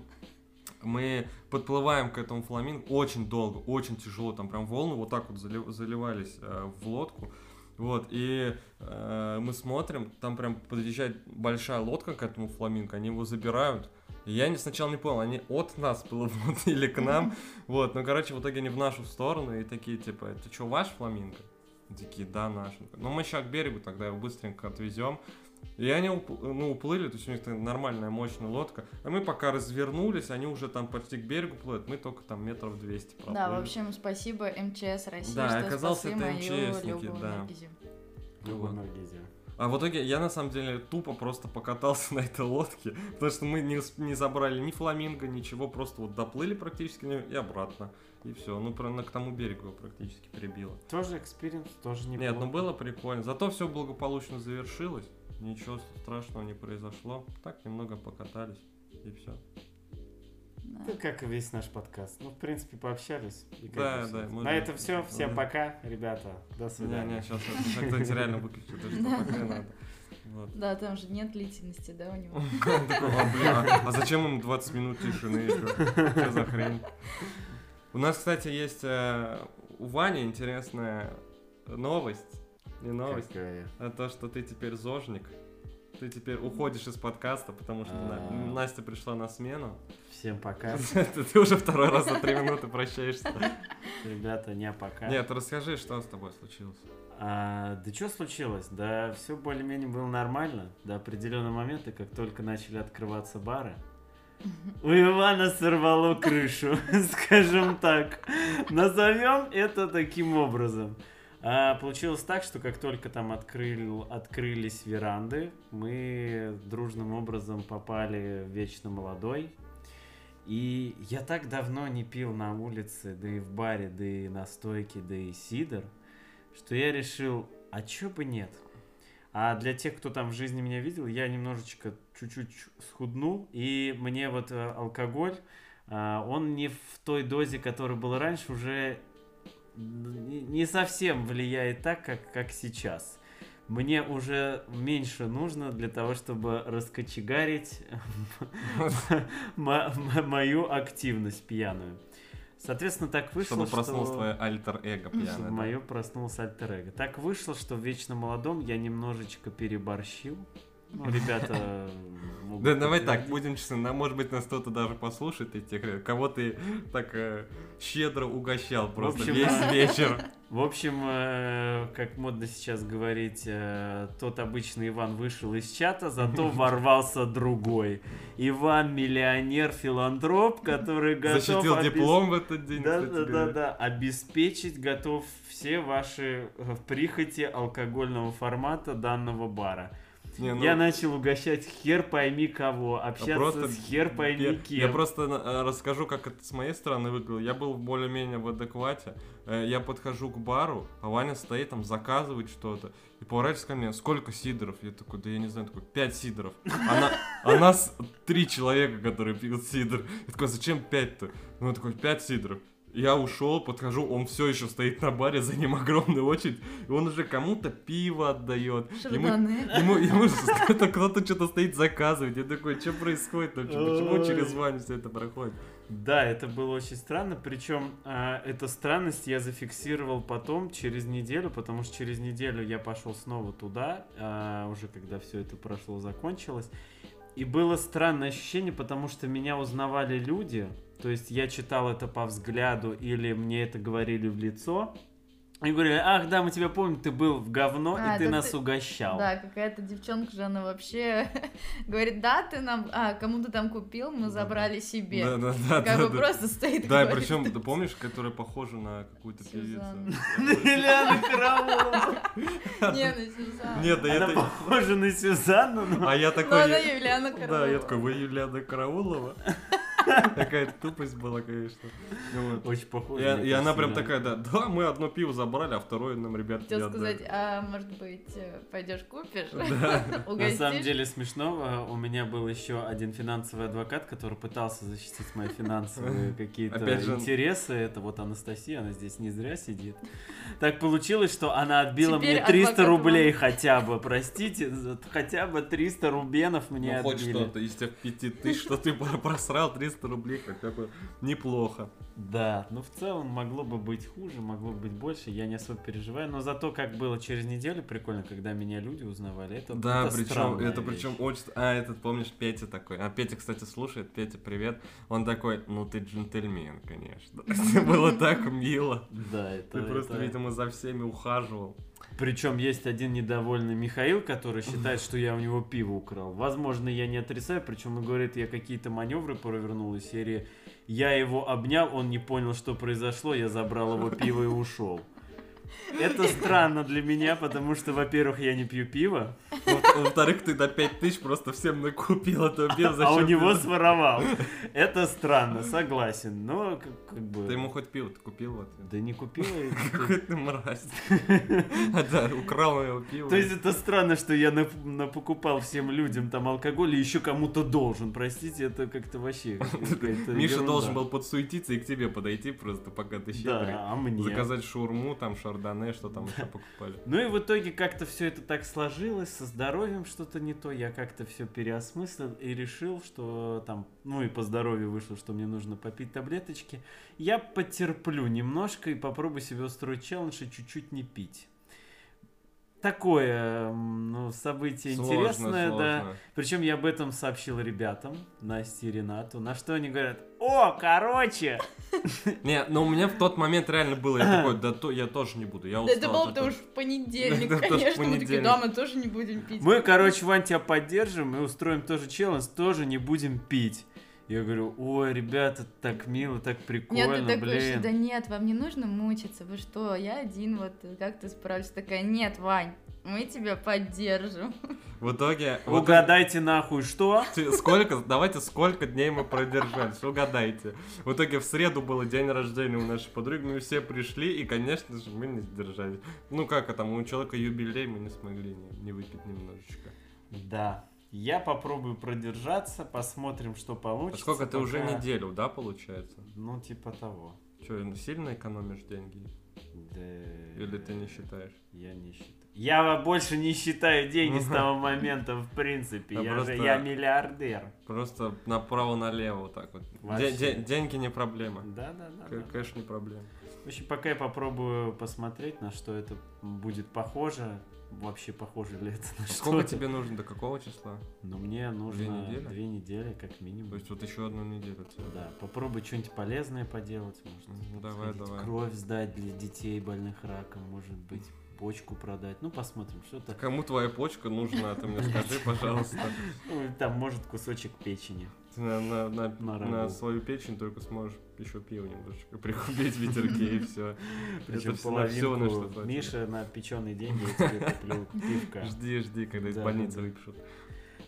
Speaker 2: мы подплываем к этому фламинго очень долго, очень тяжело, там прям волны вот так вот залив- заливались э, в лодку. Вот, и э, мы смотрим, там прям подъезжает большая лодка к этому фламинго, они его забирают. И я не, сначала не понял, они от нас плывут [LAUGHS] или к нам. Вот, ну, короче, в итоге они в нашу сторону и такие, типа, это что, ваш фламинго? И Такие, да, наш. Ну, мы сейчас к берегу тогда его быстренько отвезем. И они уп- ну, уплыли, то есть у них там нормальная мощная лодка. А мы пока развернулись, они уже там почти к берегу плывут, мы только там метров 200 проплыли.
Speaker 1: Да, в общем, спасибо МЧС России,
Speaker 2: Да,
Speaker 1: что
Speaker 2: оказалось,
Speaker 1: спасли
Speaker 2: это
Speaker 1: мою
Speaker 2: МЧСники,
Speaker 1: Любу
Speaker 2: да.
Speaker 1: Наргизю.
Speaker 2: Вот.
Speaker 3: Наргизия.
Speaker 2: А в итоге я на самом деле тупо просто покатался [LAUGHS] на этой лодке, потому что мы не, усп- не забрали ни фламинго, ничего, просто вот доплыли практически на- и обратно. И все, ну прям на- к тому берегу его практически прибило.
Speaker 3: Тоже экспириенс, тоже не
Speaker 2: Нет, ну было прикольно. Зато все благополучно завершилось. Ничего страшного не произошло. Так немного покатались. И все.
Speaker 1: Да.
Speaker 3: Ну, как и весь наш подкаст. Ну, в принципе, пообщались. и как
Speaker 2: Да,
Speaker 3: бы
Speaker 2: да,
Speaker 3: всё.
Speaker 2: мы
Speaker 3: На
Speaker 2: же-
Speaker 3: этом все. Всем
Speaker 2: Да.
Speaker 3: пока, ребята. До
Speaker 2: Не,
Speaker 3: свидания.
Speaker 2: не, сейчас кто-нибудь реально выключит, это что пока надо. Вот.
Speaker 1: Да, там же нет длительности, да, у него.
Speaker 2: Такой, «А, бля, а зачем им 20 минут тишины еще? Что за хрень? У нас, кстати, есть э, у Вани интересная новость. Не новость,
Speaker 3: Какая?
Speaker 2: а то, что ты теперь зожник. Ты теперь уходишь из подкаста, потому что
Speaker 3: А.
Speaker 2: На- Настя пришла на смену.
Speaker 3: Всем [LAUGHS] пока.
Speaker 2: [LAUGHS] Ты ты уже второй раз за три минуты прощаешься.
Speaker 3: Ребята, не пока.
Speaker 2: Нет, расскажи, что с тобой случилось.
Speaker 3: А, да что случилось? Да все более-менее было нормально до определенного момента, как только начали открываться бары. У Ивана сорвало крышу, [LAUGHS] скажем так. Назовем это таким образом. А, получилось так, что как только там открыл, открылись веранды, мы дружным образом попали в вечно молодой. И я так давно не пил на улице, да и в баре, да и на стойке, да и сидор, что я решил, а чё бы нет? А для тех, кто там в жизни меня видел, я немножечко чуть-чуть схуднул, и мне вот э, алкоголь, э, он не в той дозе, которая была раньше, уже н- не не совсем влияет так, как, как сейчас. Мне уже меньше нужно для того, чтобы раскочегарить [LAUGHS] мо- мо- мою активность пьяную. Соответственно, так вышло,
Speaker 2: Чтобы проснулось
Speaker 3: что-
Speaker 2: твое альтер-эго
Speaker 3: чтобы
Speaker 2: пьяное. да.
Speaker 3: мое проснулся альтер -эго. Так вышло, что в вечно молодом я немножечко переборщил. Ну,
Speaker 2: [LAUGHS]
Speaker 3: ребята... могут
Speaker 2: Да, давай так,
Speaker 3: подтвердить.
Speaker 2: будем честны, на- может быть, нас кто-то даже послушает из тех, э, кого ты так э, щедро угощал просто
Speaker 3: общем,
Speaker 2: весь
Speaker 3: да.
Speaker 2: вечер.
Speaker 3: В общем, э, как модно сейчас говорить, э, тот обычный Иван вышел из чата,
Speaker 2: [LAUGHS]
Speaker 3: зато ворвался другой. Иван миллионер, филантроп, который готов...
Speaker 2: Защитил
Speaker 3: обес-
Speaker 2: диплом в этот день,
Speaker 3: Да,
Speaker 2: кстати
Speaker 3: да, да,
Speaker 2: говоря.
Speaker 3: да. Обеспечить готов все ваши э, прихоти алкогольного формата данного бара.
Speaker 2: Не, ну,
Speaker 3: Я начал угощать хер пойми кого, общаться
Speaker 2: просто
Speaker 3: с хер пойми
Speaker 2: я-
Speaker 3: кем.
Speaker 2: Я просто э, расскажу, как это с моей стороны выглядело. Я был более-менее в адеквате. Э, Я подхожу к бару, а Ваня стоит там, заказывает что-то. И поворачивается ко мне, сколько сидоров? Я такой, да я не знаю, такой, пять сидоров. А, на- а нас три человека, которые пьют сидор. Я такой, «А зачем пять-то? Ну, он такой, пять сидоров. Я ушел, подхожу, он все еще стоит на баре, за ним огромная очередь, и он уже кому-то пиво отдает. Ему
Speaker 1: Шардоне.
Speaker 2: Ему, ему же [LAUGHS] кто-то, кто-то что-то стоит заказывать. Я такой, что происходит вообще? Почему
Speaker 3: Ой.
Speaker 2: через Ваню все это проходит?
Speaker 3: Да, это было очень странно. Причем э, эту странность я зафиксировал потом, через неделю, потому что через неделю я пошел снова туда, э, уже когда все это прошло, закончилось. И было странное ощущение, потому что меня узнавали люди. То есть я читал это по взгляду или мне это говорили в лицо. И говорили, ах, да, мы тебя помним, ты был в говно,
Speaker 1: А,
Speaker 3: и ты
Speaker 1: это
Speaker 3: нас
Speaker 1: ты-
Speaker 3: угощал.
Speaker 1: Да, какая-то девчонка же, она вообще [LAUGHS] говорит, да, ты нам, а, кому ты там купил, мы
Speaker 2: Да,
Speaker 1: забрали себе.
Speaker 2: Да, да, да,
Speaker 1: как
Speaker 2: да,
Speaker 1: бы
Speaker 2: да.
Speaker 1: просто стоит
Speaker 2: Да,
Speaker 1: [LAUGHS]
Speaker 2: и
Speaker 1: говорит,
Speaker 2: причем, ты помнишь, которая похожа на какую-то
Speaker 1: Сюзанна.
Speaker 2: певицу?
Speaker 1: [LAUGHS]
Speaker 3: Лилиана Караулова.
Speaker 1: Не, ну, Сюзанна.
Speaker 2: А. Нет, да я
Speaker 3: Она
Speaker 2: так-
Speaker 3: похожа на Сюзанну,
Speaker 2: [LAUGHS]
Speaker 3: но...
Speaker 2: А я
Speaker 1: Ну, она
Speaker 2: такой...
Speaker 1: Юлиана Карлова.
Speaker 2: [LAUGHS] Да, я такой, вы Юлиана Караулова? [LAUGHS] Такая тупость была, конечно. Ну вот.
Speaker 3: Очень похожа.
Speaker 2: И а-
Speaker 3: мне
Speaker 2: И она
Speaker 3: кажется,
Speaker 2: прям
Speaker 3: на-
Speaker 2: такая, да, да, мы одно пиво забрали, а второе нам, ребят, не
Speaker 1: Хотела
Speaker 2: отдали».
Speaker 1: сказать, а может быть, э, пойдешь купишь? [LAUGHS]
Speaker 2: Да.
Speaker 1: Угостишь?
Speaker 3: На самом деле смешно. э, У меня был еще один финансовый адвокат, который пытался защитить мои [LAUGHS] финансовые какие-то
Speaker 2: Опять же он-
Speaker 3: интересы. Это вот Анастасия, она здесь не зря сидит. Так получилось, что она отбила
Speaker 1: Теперь
Speaker 3: мне 300
Speaker 1: адвокат вам.
Speaker 3: рублей хотя бы, простите, за- хотя бы 300 рубенов мне
Speaker 2: Ну, хоть [LAUGHS]
Speaker 3: отбили.
Speaker 2: что-то из тех пяти тысяч, что ты просрал, 300 300 рублей хотя бы неплохо.
Speaker 3: Да, ну в целом могло бы быть хуже, могло бы быть больше, я не особо переживаю, но зато как было через неделю прикольно, когда меня люди узнавали, это
Speaker 2: Да,
Speaker 3: это
Speaker 2: причем
Speaker 3: странная
Speaker 2: это
Speaker 3: вещь.
Speaker 2: причем очень... А, этот, помнишь, Петя такой. А Петя, кстати, слушает. Петя, привет. Он такой, ну ты джентльмен, конечно. [LAUGHS] Было так мило.
Speaker 3: Да, это...
Speaker 2: Ты просто,
Speaker 3: это-
Speaker 2: видимо, за всеми ухаживал.
Speaker 3: Причем есть один недовольный Михаил, который считает, что я у него пиво украл. Возможно, я не отрицаю, причем он говорит, я какие-то маневры провернул из серии. Я его обнял, он не понял, что произошло, я забрал его пиво и ушел. Это странно для меня, потому что, во-первых, я не пью пиво,
Speaker 2: Во- Во-вторых, ты на 5000 просто всем накупил, а то без
Speaker 3: [LAUGHS] а у
Speaker 2: зачем
Speaker 3: него
Speaker 2: ты- [LAUGHS]
Speaker 3: своровал. Это странно, согласен, но как, как бы...
Speaker 2: Ты ему хоть пиво купил вот.
Speaker 3: Да не купила.
Speaker 2: [LAUGHS]
Speaker 3: я
Speaker 2: Какой ты
Speaker 3: [LAUGHS]
Speaker 2: мразь. А да, украл его пиво.
Speaker 3: То есть это странно, что я нап- напокупал всем людям там алкоголь и еще кому-то должен. Простите, это
Speaker 2: [LAUGHS]
Speaker 3: как-то вообще какая-то
Speaker 2: Миша
Speaker 3: ерунда.
Speaker 2: должен был подсуетиться и к тебе подойти просто, пока ты щедрый.
Speaker 3: Да, а мне?
Speaker 2: Заказать шаурму, там, шардоне, что там еще покупали.
Speaker 3: Ну и в итоге как-то все это так сложилось, со здоровьем что-то не то, я как-то все переосмыслил и решил, что там, ну и по здоровью вышло, что мне нужно попить таблеточки. Я потерплю немножко и попробую себе устроить челлендж и чуть-чуть не пить. Такое, м, ну, событие интересное, да. Причем я об этом сообщил ребятам, Насте и Ренату, на что они говорят, о, короче,
Speaker 2: Не, но у меня в тот момент реально было, я такой, да то я тоже не буду, я
Speaker 1: Да это
Speaker 2: устал.
Speaker 1: было бы уж
Speaker 2: [LAUGHS]
Speaker 1: в понедельник,
Speaker 2: Да, это тоже в
Speaker 1: конечно. Мы такие,
Speaker 2: понедельник.
Speaker 1: да, мы тоже не будем пить.
Speaker 3: мы, короче, Вань, тебя поддержим и устроим тоже челлендж, тоже не будем пить. Я говорю, ой, ребята, так мило, так
Speaker 1: Нет,
Speaker 3: прикольно,
Speaker 1: ты такой, что
Speaker 3: блин.
Speaker 1: да нет, вам не нужно мучиться, вы что, я один, вот как ты справишься? Такая, нет, Вань, мы тебя поддержим.
Speaker 2: В итоге... в [LAUGHS]
Speaker 3: Угадайте нахуй, что?
Speaker 2: итоге- Сколько, давайте сколько дней мы продержались, угадайте. В итоге в среду был день рождения у нашей подруги, мы все пришли, и, конечно же, мы не сдержались. Ну как это, у человека юбилей, мы не смогли не, не выпить немножечко. А
Speaker 3: Да, я попробую продержаться, посмотрим, что
Speaker 2: А
Speaker 3: получится.
Speaker 2: сколько, ты уже
Speaker 3: пока-
Speaker 2: неделю, да, получается?
Speaker 3: Ну, типа того.
Speaker 2: Че, сильно экономишь деньги?
Speaker 3: Да.
Speaker 2: Или ты не считаешь?
Speaker 3: Я не считаю. Я больше не считаю деньги
Speaker 2: [LAUGHS]
Speaker 3: с того момента, в принципе.
Speaker 2: Да
Speaker 3: Я
Speaker 2: просто-
Speaker 3: же я миллиардер.
Speaker 2: Просто направо-налево вот так вот.
Speaker 3: Вообще.
Speaker 2: Де- де- деньги не проблема.
Speaker 3: Да, да, да.
Speaker 2: К-
Speaker 3: да.
Speaker 2: Кэш не проблема.
Speaker 3: В общем, пока я попробую посмотреть, на что это будет похоже. Вообще похоже ли это
Speaker 2: [LAUGHS]
Speaker 3: на
Speaker 2: А Сколько
Speaker 3: что-то.
Speaker 2: тебе нужно? До какого числа?
Speaker 3: Но мне нужно две недели,
Speaker 2: недели?
Speaker 3: как
Speaker 2: То
Speaker 3: минимум.
Speaker 2: есть вот еще одну неделю целую.
Speaker 3: Да, попробуй что-нибудь полезное поделать, может.
Speaker 2: Мгм, Ну, Давай,
Speaker 3: сходить
Speaker 2: давай.
Speaker 3: Кровь сдать для детей больных раком, может быть, почку продать. Ну, посмотрим, что
Speaker 2: Да
Speaker 3: то
Speaker 2: Кому твоя почка нужна, ты мне
Speaker 3: [LAUGHS]
Speaker 2: скажи, пожалуйста.
Speaker 3: Ну, Там может кусочек печени.
Speaker 2: Ты на, на- на-
Speaker 3: На
Speaker 2: на
Speaker 3: рагу.
Speaker 2: свою печень только сможешь еще пиво немножечко [LAUGHS] прикупить, ветерки и все.
Speaker 3: Причем
Speaker 2: всё на всё, на что
Speaker 3: половинку
Speaker 2: хватит.
Speaker 3: Миша на печеные деньги я тебе куплю пивка.
Speaker 2: Жди, жди, когда из
Speaker 3: Да, да,
Speaker 2: больницы
Speaker 3: да.
Speaker 2: выпишут.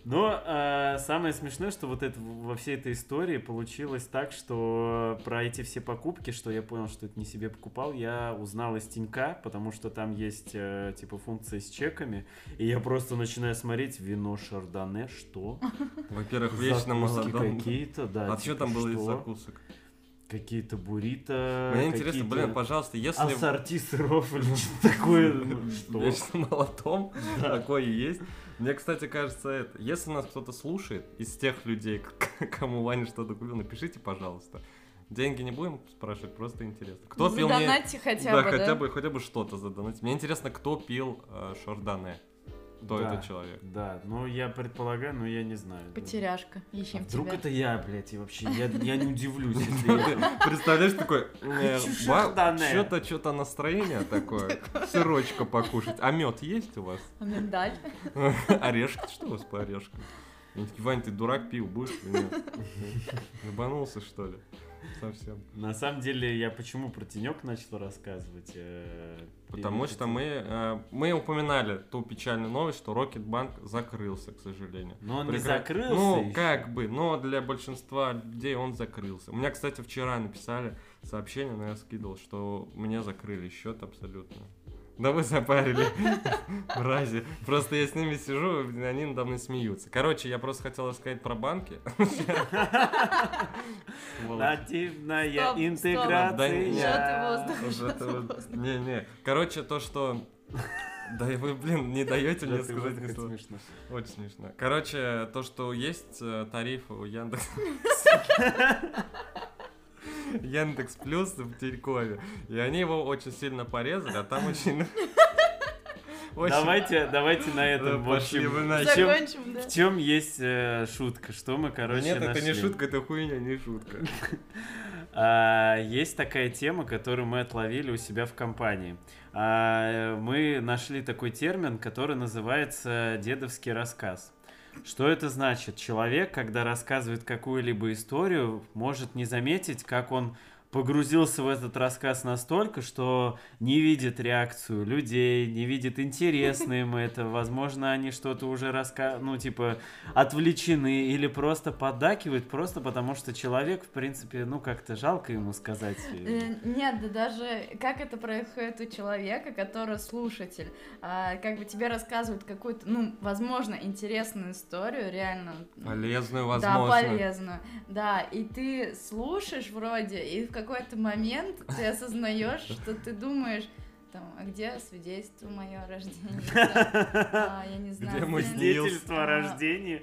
Speaker 3: Но э, самое смешное, что вот это во всей этой истории получилось так, что про эти все покупки, что я понял, что это не себе покупал, я узнал из Тинька, потому что там есть э, типа функция с чеками, и я просто начинаю смотреть вино
Speaker 2: [LAUGHS]
Speaker 3: Шардоне, что?
Speaker 2: Во-первых, вечно
Speaker 3: Закуски
Speaker 2: молодом.
Speaker 3: какие-то, да.
Speaker 2: А что
Speaker 3: типа,
Speaker 2: там было из
Speaker 3: что? Э,
Speaker 2: закусок?
Speaker 3: Какие-то буррито.
Speaker 2: Мне интересно,
Speaker 3: какие-то
Speaker 2: блин, пожалуйста, если...
Speaker 3: Ассорти сыров или [LAUGHS] что-то такое. ну, Что?
Speaker 2: Вечно молотом такое и есть. Мне, кстати, кажется, это. Если нас кто-то слушает из тех людей, к- кому Ваня что-то купил, напишите, пожалуйста. Деньги не будем спрашивать, просто интересно. Кто пил мне...
Speaker 1: Задонатьте Ну, хотя
Speaker 2: да,
Speaker 1: бы,
Speaker 2: хотя
Speaker 1: да?
Speaker 2: бы хотя бы что-то задонать. Мне интересно, кто пил э, шардоне. Кто
Speaker 3: Да.
Speaker 2: этот человек?
Speaker 3: Да, ну я предполагаю, но я не знаю. да.
Speaker 1: Потеряшка, ищем
Speaker 3: А вдруг
Speaker 1: тебя.
Speaker 3: это я, блядь, и вообще,
Speaker 1: [LAUGHS]
Speaker 3: я, я не удивлюсь, если я... [LAUGHS]
Speaker 2: Представляешь, такой, э,
Speaker 3: Хочу шардоне.
Speaker 2: что-то, что-то настроение такое, сырочка покушать. А мед есть у вас?
Speaker 1: А миндаль?
Speaker 2: [LAUGHS] Орешки? Что у вас по орешкам? Они такие, Вань, ты дурак пил, будешь или нет? [LAUGHS] Рыбанулся, что ли? Совсем.
Speaker 3: На самом деле, я почему про тенек начал рассказывать? э,
Speaker 2: Потому
Speaker 3: перед
Speaker 2: что
Speaker 3: этим?
Speaker 2: мы, э, мы упоминали ту печальную новость, что Рокетбанк закрылся, к сожалению.
Speaker 3: Но он не
Speaker 2: Прекра-
Speaker 3: закрылся
Speaker 2: Ну,
Speaker 3: ещё.
Speaker 2: как бы, но для большинства людей он закрылся. У меня, кстати, вчера написали сообщение, но я скидывал, что мне закрыли счет абсолютно. Да вы запарили. [LAUGHS] Мрази. Просто я с ними сижу, и они надо мной смеются. Короче, я просто хотел рассказать про банки. [LAUGHS] Сволочи.
Speaker 3: Нативная
Speaker 1: Стоп,
Speaker 3: интеграция.
Speaker 1: стоп.
Speaker 2: Да не-
Speaker 1: Жжёт и воздух,
Speaker 2: Вот
Speaker 1: жжёт
Speaker 2: это
Speaker 1: и
Speaker 2: вот-
Speaker 1: воздух.
Speaker 2: Не-не. Короче, то, что Да и вы, блин, не даете мне
Speaker 3: Сжатый
Speaker 2: сказать ни
Speaker 3: воздух, это
Speaker 2: слова.
Speaker 3: смешно.
Speaker 2: Очень смешно. Короче, то, что есть э, тарифы у Яндекс... Яндекс Плюс в Тинькове. И они его очень сильно порезали, а там очень... очень-
Speaker 3: Давайте, давайте на этом
Speaker 2: Да,
Speaker 3: в
Speaker 2: пошли
Speaker 3: общем,
Speaker 2: вы на-
Speaker 3: в А чем-
Speaker 1: Закончим, да.
Speaker 3: В чем есть э, шутка? Что мы, короче,
Speaker 2: Нет, это не
Speaker 3: нашли?
Speaker 2: шутка, это хуйня, не шутка.
Speaker 3: А, есть такая тема, которую мы отловили у себя в компании. А, мы нашли такой термин, который называется дедовский рассказ. Что это значит? Человек, когда рассказывает какую-либо историю, может не заметить, как он погрузился в этот рассказ настолько, что не видит реакцию людей, не видит интересно им это, возможно, они что-то уже раска... ну, типа, отвлечены или просто поддакивают, просто потому что человек, в принципе, ну, как-то жалко ему сказать.
Speaker 1: Э, Нет, да даже как это происходит у человека, который слушатель. А, как бы тебе рассказывают какую-то, ну, возможно, интересную историю, реально. ну,
Speaker 2: Полезную
Speaker 1: Да,
Speaker 2: возможность.
Speaker 1: полезно. Да, и ты слушаешь вроде, и в какой-то момент ты осознаешь, что ты думаешь, там, а где свидетельство мое
Speaker 2: [LAUGHS]
Speaker 1: рождение? А, Я не знаю.
Speaker 2: Где мой
Speaker 1: блин.
Speaker 2: свидетель?
Speaker 3: Свидетельство о
Speaker 1: А.
Speaker 3: рождении,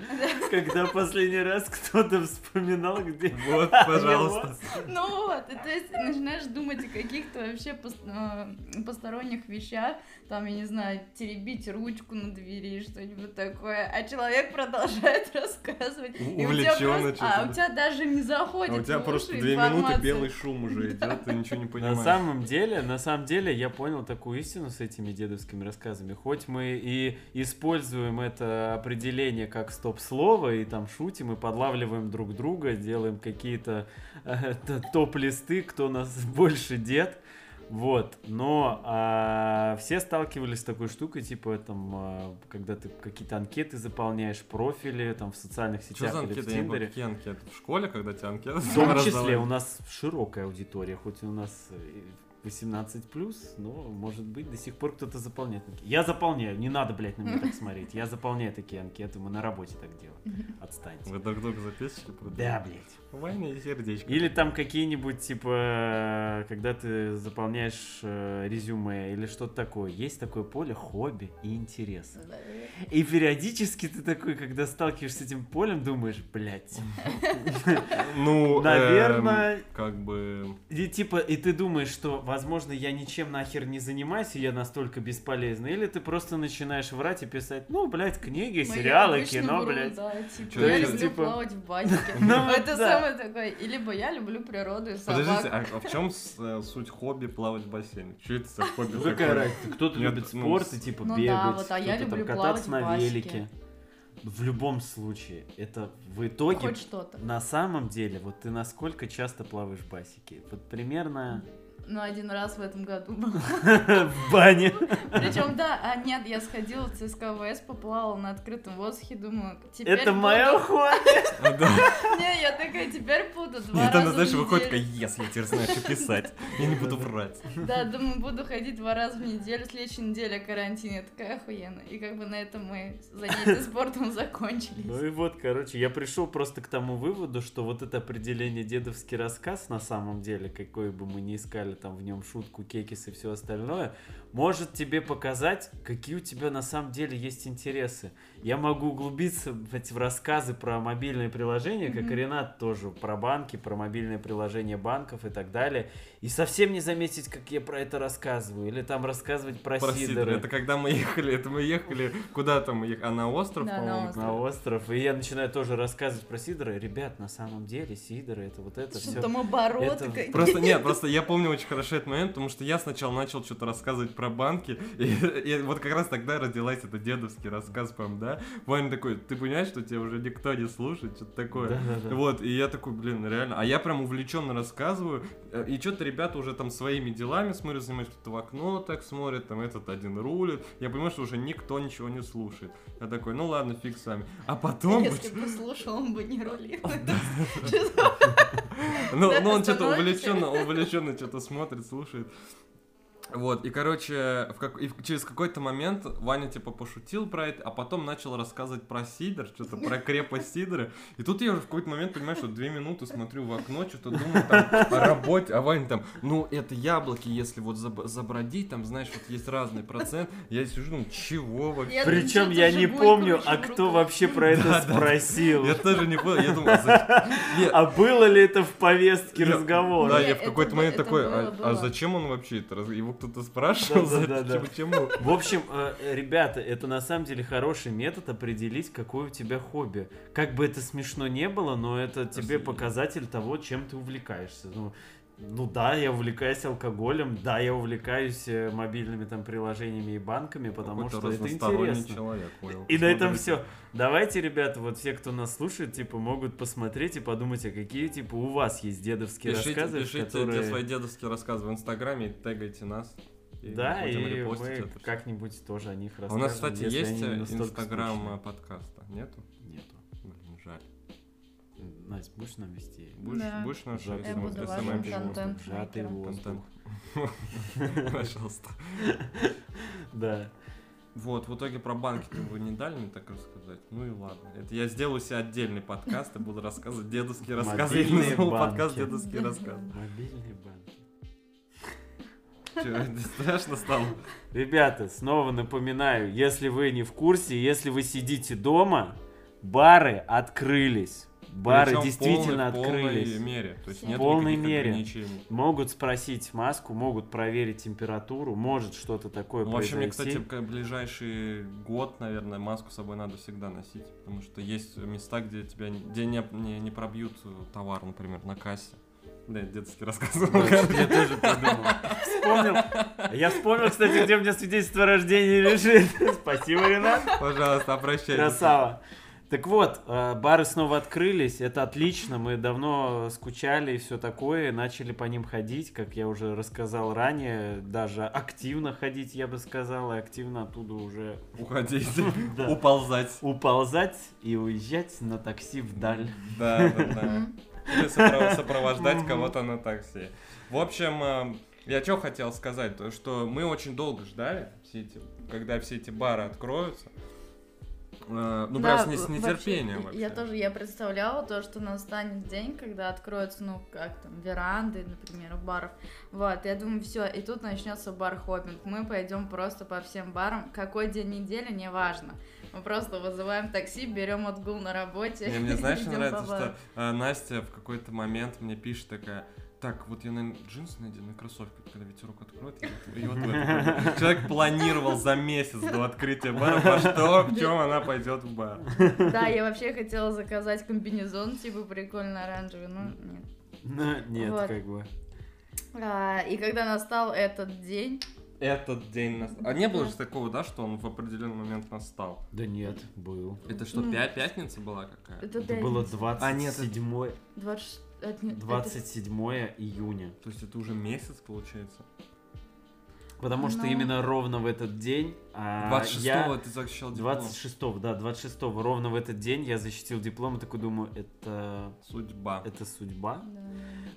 Speaker 3: когда последний раз кто-то вспоминал, где...
Speaker 2: Вот, пожалуйста.
Speaker 1: Ну вот, и то есть начинаешь думать о каких-то вообще пос- э, посторонних вещах, там, я не знаю, теребить ручку на двери, что-нибудь такое, а человек продолжает [LAUGHS] рассказывать.
Speaker 2: У-
Speaker 1: и у тебя
Speaker 2: увлечённо
Speaker 1: просто-
Speaker 2: что-то,
Speaker 1: А у
Speaker 2: да.
Speaker 1: тебя даже не
Speaker 2: А
Speaker 1: заходит
Speaker 2: у тебя
Speaker 1: в
Speaker 2: просто
Speaker 1: уши
Speaker 2: две минуты
Speaker 1: информация.
Speaker 2: белый шум уже идет, ты ничего не
Speaker 3: На
Speaker 2: понимаешь.
Speaker 3: самом деле, на самом деле, я понял такую истину с этими дедовскими рассказами. Хоть мы и используем это определение как стоп-слово, и там шутим, и подлавливаем друг друга, делаем какие-то э, т- топ-листы, кто нас [LAUGHS] больше дед. Вот, но а, все сталкивались с такой штукой, типа там, а, когда ты какие-то анкеты заполняешь, профили там в социальных
Speaker 2: Что
Speaker 3: сетях
Speaker 2: за
Speaker 3: или в
Speaker 2: анкеты? Я не помню,
Speaker 3: Тиндере.
Speaker 2: какие анкеты? В школе, когда тебе анкеты
Speaker 3: В том
Speaker 2: раздавали?
Speaker 3: числе у нас широкая аудитория, хоть у нас э, 18 плюс, но может быть до сих пор кто-то заполняет. анкеты. Я заполняю, не надо, блядь, на меня так смотреть. Я заполняю такие анкеты, мы на работе так делаем. Отстаньте.
Speaker 2: Вы друг друга записочки продаете?
Speaker 3: Да, блядь.
Speaker 2: Ваня и сердечко.
Speaker 3: Или там какие-нибудь, типа, э, когда ты заполняешь э, резюме или что-то такое. Есть такое поле хобби и интересы.
Speaker 1: Да.
Speaker 3: И периодически ты такой, когда сталкиваешься с этим полем, думаешь, блядь, Эм,
Speaker 2: Ну,
Speaker 3: наверное,
Speaker 2: эм, как бы...
Speaker 3: И типа, и ты думаешь, что, возможно, я ничем нахер не занимаюсь, и я настолько бесполезна. Или ты просто начинаешь врать и писать, ну, блядь, книги,
Speaker 1: Ну, я
Speaker 3: сериалы,
Speaker 1: обычно
Speaker 3: кино,
Speaker 1: вру,
Speaker 3: блядь.
Speaker 1: да, типа,
Speaker 2: Чё,
Speaker 1: я
Speaker 2: чё,
Speaker 1: люблю
Speaker 3: типа?
Speaker 1: плавать в басике.
Speaker 3: [LAUGHS] Ну, вот
Speaker 1: Это
Speaker 3: да.
Speaker 1: самое такое. И либо я люблю природу и
Speaker 2: Подождите,
Speaker 1: собак.
Speaker 2: а, а в чем с- э, суть хобби плавать в бассейне? Что это за хобби?
Speaker 3: Ну,
Speaker 2: такое?
Speaker 3: какая разница? Кто-то
Speaker 2: Нет,
Speaker 3: любит
Speaker 2: ну,
Speaker 3: спорт
Speaker 2: с-
Speaker 3: и типа
Speaker 1: Ну да,
Speaker 3: бегать,
Speaker 1: вот, а я
Speaker 3: кто-то там
Speaker 1: люблю плавать
Speaker 3: кататься
Speaker 1: в
Speaker 3: на
Speaker 1: басике.
Speaker 3: велике. В любом случае, это в
Speaker 2: а
Speaker 3: итоге
Speaker 1: Хоть что-то.
Speaker 3: на самом деле, вот ты насколько часто плаваешь в басике? Вот примерно
Speaker 1: Но один раз в этом году было.
Speaker 3: [LAUGHS] в бане.
Speaker 1: Причем, да, а нет, я сходила в ЦСКВС, поплавала на открытом воздухе, думаю, теперь
Speaker 3: Это
Speaker 1: буду-
Speaker 3: мое хобби.
Speaker 2: [LAUGHS] А, да.
Speaker 1: [LAUGHS] Не, я такая, теперь буду два
Speaker 2: Нет,
Speaker 1: раза
Speaker 2: она, знаешь,
Speaker 1: в
Speaker 2: выходит такая,
Speaker 1: неделю.
Speaker 2: yes, я теперь знаю, что писать. Я не буду врать.
Speaker 1: Да, думаю, буду ходить два раза в неделю, следующей неделе карантин, я такая охуенно. И как бы на этом мы занятия спортом [LAUGHS]
Speaker 3: Ну
Speaker 1: закончились.
Speaker 3: и вот, короче, я пришел просто к тому выводу, что вот это определение дедовский рассказ на самом деле, какой бы мы ни искали там в нем шутку, кекис и все остальное, может тебе показать, какие у тебя на самом деле есть интересы. Я могу углубиться в эти в рассказы про мобильные приложения, как
Speaker 1: Мгм.
Speaker 3: и Ренат тоже, про банки, про мобильные приложения банков и так далее, и совсем не заметить, как я про это рассказываю, или там рассказывать про,
Speaker 2: Про сидоры.
Speaker 3: сидоры.
Speaker 2: Это когда мы ехали, это мы ехали куда-то мы ехали, а на остров,
Speaker 1: Да, на
Speaker 2: по-моему.
Speaker 1: остров.
Speaker 3: на остров. И я начинаю тоже рассказывать про сидоры. Ребят, на самом деле сидоры это вот это
Speaker 1: Что
Speaker 3: все.
Speaker 1: там обороты
Speaker 3: это
Speaker 1: какие-то.
Speaker 2: [LAUGHS] Просто нет, просто я помню очень хорошо этот момент, потому что я сначала начал что-то рассказывать про банки, [LAUGHS] и, и вот как раз тогда родилась этот дедовский рассказ, по-моему, да? Ваня такой, ты понимаешь, что тебя уже никто не слушает, что-то такое. Вот, и я такой, блин, реально. А я прям увлеченно рассказываю. э, И что-то ребята уже там своими делами смотрят, занимаются, кто-то в окно так смотрит, там этот один рулит. Я понимаю, что уже никто ничего не слушает. Я такой, ну ладно, фиг с вами. А потом...
Speaker 1: Если бы слушал, он бы не
Speaker 2: [LAUGHS]
Speaker 1: рулил.
Speaker 2: Ну,
Speaker 1: Да,
Speaker 2: ну он что-то
Speaker 1: остановимся.
Speaker 2: увлеченно, увлеченно что-то смотрит, слушает. Вот, и, короче, в как... и в- через какой-то момент Ваня, типа, пошутил про это, а потом начал рассказывать про Сидор, что-то про крепость Сидора. И тут я уже в какой-то момент понимаю, что две минуты смотрю в окно, что-то думаю там о работе, а Ваня там, ну, это яблоки, если вот заб- забродить, там, знаешь, вот есть разный процент. Я сижу, думаю, чего вообще?
Speaker 1: Я
Speaker 3: Причем
Speaker 1: думаю,
Speaker 3: я
Speaker 1: что
Speaker 3: не
Speaker 1: ты
Speaker 3: помню,
Speaker 1: жигульком
Speaker 3: а
Speaker 1: еще в
Speaker 3: кто
Speaker 1: руках.
Speaker 3: вообще про
Speaker 2: [LAUGHS]
Speaker 3: это
Speaker 2: Да-да-да.
Speaker 3: спросил.
Speaker 2: Я тоже не понял, я думал, за- я-
Speaker 3: А было ли это в повестке
Speaker 2: Я-
Speaker 3: разговора?
Speaker 2: Да,
Speaker 1: Не,
Speaker 2: я в
Speaker 1: это
Speaker 2: какой-то
Speaker 1: бы-
Speaker 2: момент
Speaker 1: это
Speaker 2: такой,
Speaker 1: было,
Speaker 2: а, а
Speaker 1: было.
Speaker 2: зачем он вообще это? раз- Его кто-то спрашивал,
Speaker 3: Да-да-да-да.
Speaker 2: зачем, чему?
Speaker 3: В общем, э, ребята, это на самом деле хороший метод определить, какое у тебя хобби. Как бы это смешно не было, но это тебе
Speaker 2: Абсолютно.
Speaker 3: показатель того, чем ты увлекаешься. Ну, ну да, я увлекаюсь алкоголем, да, я увлекаюсь э, мобильными там приложениями и банками, потому
Speaker 2: Какой-то
Speaker 3: что это
Speaker 2: разносторонний
Speaker 3: интересно.
Speaker 2: человек, понял.
Speaker 3: И на этом
Speaker 2: Смотрите.
Speaker 3: все. Давайте, ребята, вот все, кто нас слушает, типа, могут посмотреть и подумать, а какие, типа, у вас есть дедовские
Speaker 2: Пишите,
Speaker 3: рассказы,
Speaker 2: пишите
Speaker 3: которые...
Speaker 2: где свои дедовские рассказы в Инстаграме и тегайте нас. и
Speaker 3: Да,
Speaker 2: будем
Speaker 3: и
Speaker 2: репостить
Speaker 3: мы
Speaker 2: это всё.
Speaker 3: как-нибудь тоже о них
Speaker 2: А
Speaker 3: расскажем.
Speaker 2: у нас, кстати,
Speaker 3: если
Speaker 2: есть
Speaker 3: они не
Speaker 2: э,
Speaker 3: настолько
Speaker 2: Инстаграм
Speaker 3: скучные.
Speaker 2: э, подкаста? Нету?
Speaker 3: Нету.
Speaker 2: Блин, жаль.
Speaker 3: Настя, будешь нам вести?
Speaker 2: Будешь,
Speaker 1: Да.
Speaker 2: будешь наш
Speaker 3: Сжатый
Speaker 1: Я
Speaker 2: см-
Speaker 1: буду
Speaker 2: СММ
Speaker 1: вашим
Speaker 2: пишем?
Speaker 1: контент.
Speaker 3: Сжатый
Speaker 1: контент-мейкером.
Speaker 3: воздух. [LAUGHS]
Speaker 2: Пожалуйста.
Speaker 3: Да.
Speaker 2: Вот, в итоге про банки вы не дали мне так рассказать. Ну и ладно. Это я сделаю себе отдельный подкаст и буду рассказывать дедовские рассказы. Я
Speaker 3: Мобильные
Speaker 2: назову подкаст
Speaker 3: банки.
Speaker 2: дедовские
Speaker 1: Да.
Speaker 2: рассказы.
Speaker 3: Мобильные банки.
Speaker 2: Чё, это страшно стало?
Speaker 3: Ребята, снова напоминаю, если вы не в курсе, если вы сидите дома, бары открылись. Бары
Speaker 2: Причём в
Speaker 3: действительно
Speaker 2: полной-
Speaker 3: открылись.
Speaker 2: полной мере. То есть
Speaker 1: В
Speaker 2: нет
Speaker 3: полной
Speaker 2: никаких
Speaker 3: мере.
Speaker 2: ограничений.
Speaker 3: Могут спросить маску, могут проверить температуру, может что-то такое
Speaker 2: Ну, вообще, мне,
Speaker 3: произойти.
Speaker 2: кстати, к- ближайший год, наверное, маску с собой надо всегда носить. Потому что есть места, где тебя н- где не, не, не пробьют э, товар, например, на кассе. Да, я детский рассказывал.
Speaker 3: Я тоже подумал. Вспомнил. Я вспомнил, кстати, где у меня свидетельство о рождении лежит. Спасибо, Ренат.
Speaker 2: Пожалуйста, обращайтесь.
Speaker 3: Красава. Так вот, э, бары снова открылись, это отлично, мы давно скучали и все такое, начали по ним ходить, как я уже рассказал ранее, даже активно ходить, я бы сказал, и активно оттуда уже
Speaker 2: Уходите.
Speaker 3: Да.
Speaker 2: Уползать.
Speaker 3: уползать и уезжать на такси вдаль.
Speaker 2: Да, да, да.
Speaker 1: Мгм.
Speaker 2: Или сопро- сопровождать
Speaker 3: Мгм.
Speaker 2: кого-то на такси. В общем, эм, я что хотел сказать, то что мы очень долго ждали, все эти, когда все эти бары откроются. Э, Ну,
Speaker 1: Да,
Speaker 2: прям с, не- с
Speaker 1: вообще,
Speaker 2: нетерпением
Speaker 1: и-
Speaker 2: вообще.
Speaker 1: Я тоже, я представляла то, что настанет день, когда откроются, ну, как там, веранды, например, у баров. Вот, я думаю, все, и тут начнется бархопинг. Мы пойдем просто по всем барам. Какой день недели, неважно. Мы просто вызываем такси, берем отгул на работе. [LAUGHS]
Speaker 2: И мне знаешь, что
Speaker 1: идём
Speaker 2: нравится,
Speaker 1: по
Speaker 2: что
Speaker 1: барам.
Speaker 2: э, Настя в какой-то момент мне пишет такая, так, вот я, наверное, джинсы надену и кроссовки, вот когда ветерок откроет, я вот- и вот в это». Человек планировал за месяц до открытия бара, во что, в чем она пойдет в бар.
Speaker 1: Да, я вообще хотела заказать комбинезон, типа прикольно оранжевый, но нет.
Speaker 3: Ну, нет,
Speaker 1: Вот.
Speaker 3: как бы.
Speaker 1: А, и когда настал этот день,
Speaker 2: Этот день нас... А не было же такого, да, что он в определенный момент настал?
Speaker 3: Да нет, был.
Speaker 2: Это что,
Speaker 1: Ну.
Speaker 2: пя- пятница была какая?
Speaker 1: это,
Speaker 3: Это было
Speaker 1: пятница,
Speaker 3: 27,
Speaker 2: А, нет, это-
Speaker 1: 26 это не- это-
Speaker 3: 27 июня.
Speaker 2: То есть это уже месяц, получается?
Speaker 3: Потому что
Speaker 1: Ну.
Speaker 3: именно ровно в этот день... а,
Speaker 2: 26-го
Speaker 3: я-
Speaker 2: ты защищал диплом.
Speaker 3: 26 да, 26 ровно в этот день я защитил диплом и такой думаю, это,
Speaker 2: Судьба.
Speaker 3: это судьба.
Speaker 1: Да.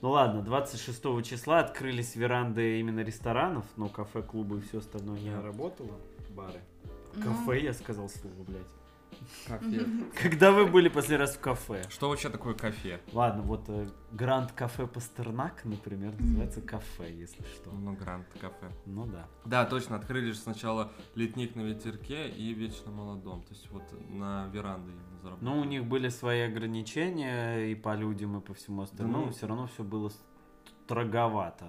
Speaker 3: Ну ладно, 26 числа открылись веранды именно ресторанов, но кафе, клубы и все остальное не
Speaker 2: Да.
Speaker 3: работало, бары.
Speaker 1: Ну,
Speaker 3: Кафе, я сказал слово, блядь.
Speaker 2: Как я-
Speaker 3: Когда вы были последний раз в кафе?
Speaker 2: Что вообще такое кофе?
Speaker 3: Ладно, вот э, Гранд Кафе Пастернак, например, называется кафе, если что.
Speaker 2: Ну, грант кафе.
Speaker 3: Ну да.
Speaker 2: Да, точно, открыли же сначала летник на ветерке и вечно молодом. То есть вот на веранды именно заработали.
Speaker 3: Ну, у них были свои ограничения и по людям, и по всему остальному.
Speaker 2: ну.
Speaker 3: Все равно все было строговато.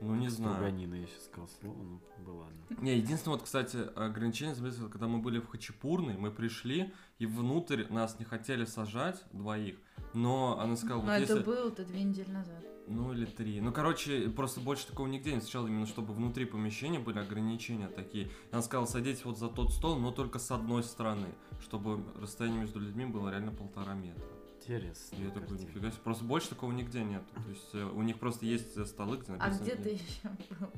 Speaker 2: Ну, не знаю.
Speaker 3: Строганина, я сейчас сказал слово, ну, было ладно.
Speaker 2: Не, единственное, вот, кстати, ограничение заметил, когда мы были в Хачапурной, мы пришли, и внутрь нас не хотели сажать, двоих, но она сказала,
Speaker 1: Но
Speaker 2: вот
Speaker 1: Ну, это
Speaker 2: если...
Speaker 1: было-то две недели назад.
Speaker 2: Ну, или три. Ну, короче, просто больше такого нигде не встречал, именно чтобы внутри помещения были ограничения такие. Она сказала, садитесь вот за тот стол, но только с одной стороны, чтобы расстояние между людьми было реально полтора метра.
Speaker 3: Интересно.
Speaker 2: Я такой,
Speaker 3: картина.
Speaker 2: нифига себе. Просто больше такого нигде нету. То есть э, у них просто есть э, столы, где
Speaker 1: А
Speaker 2: написано...
Speaker 1: где
Speaker 2: где-
Speaker 1: ты еще [LAUGHS] был?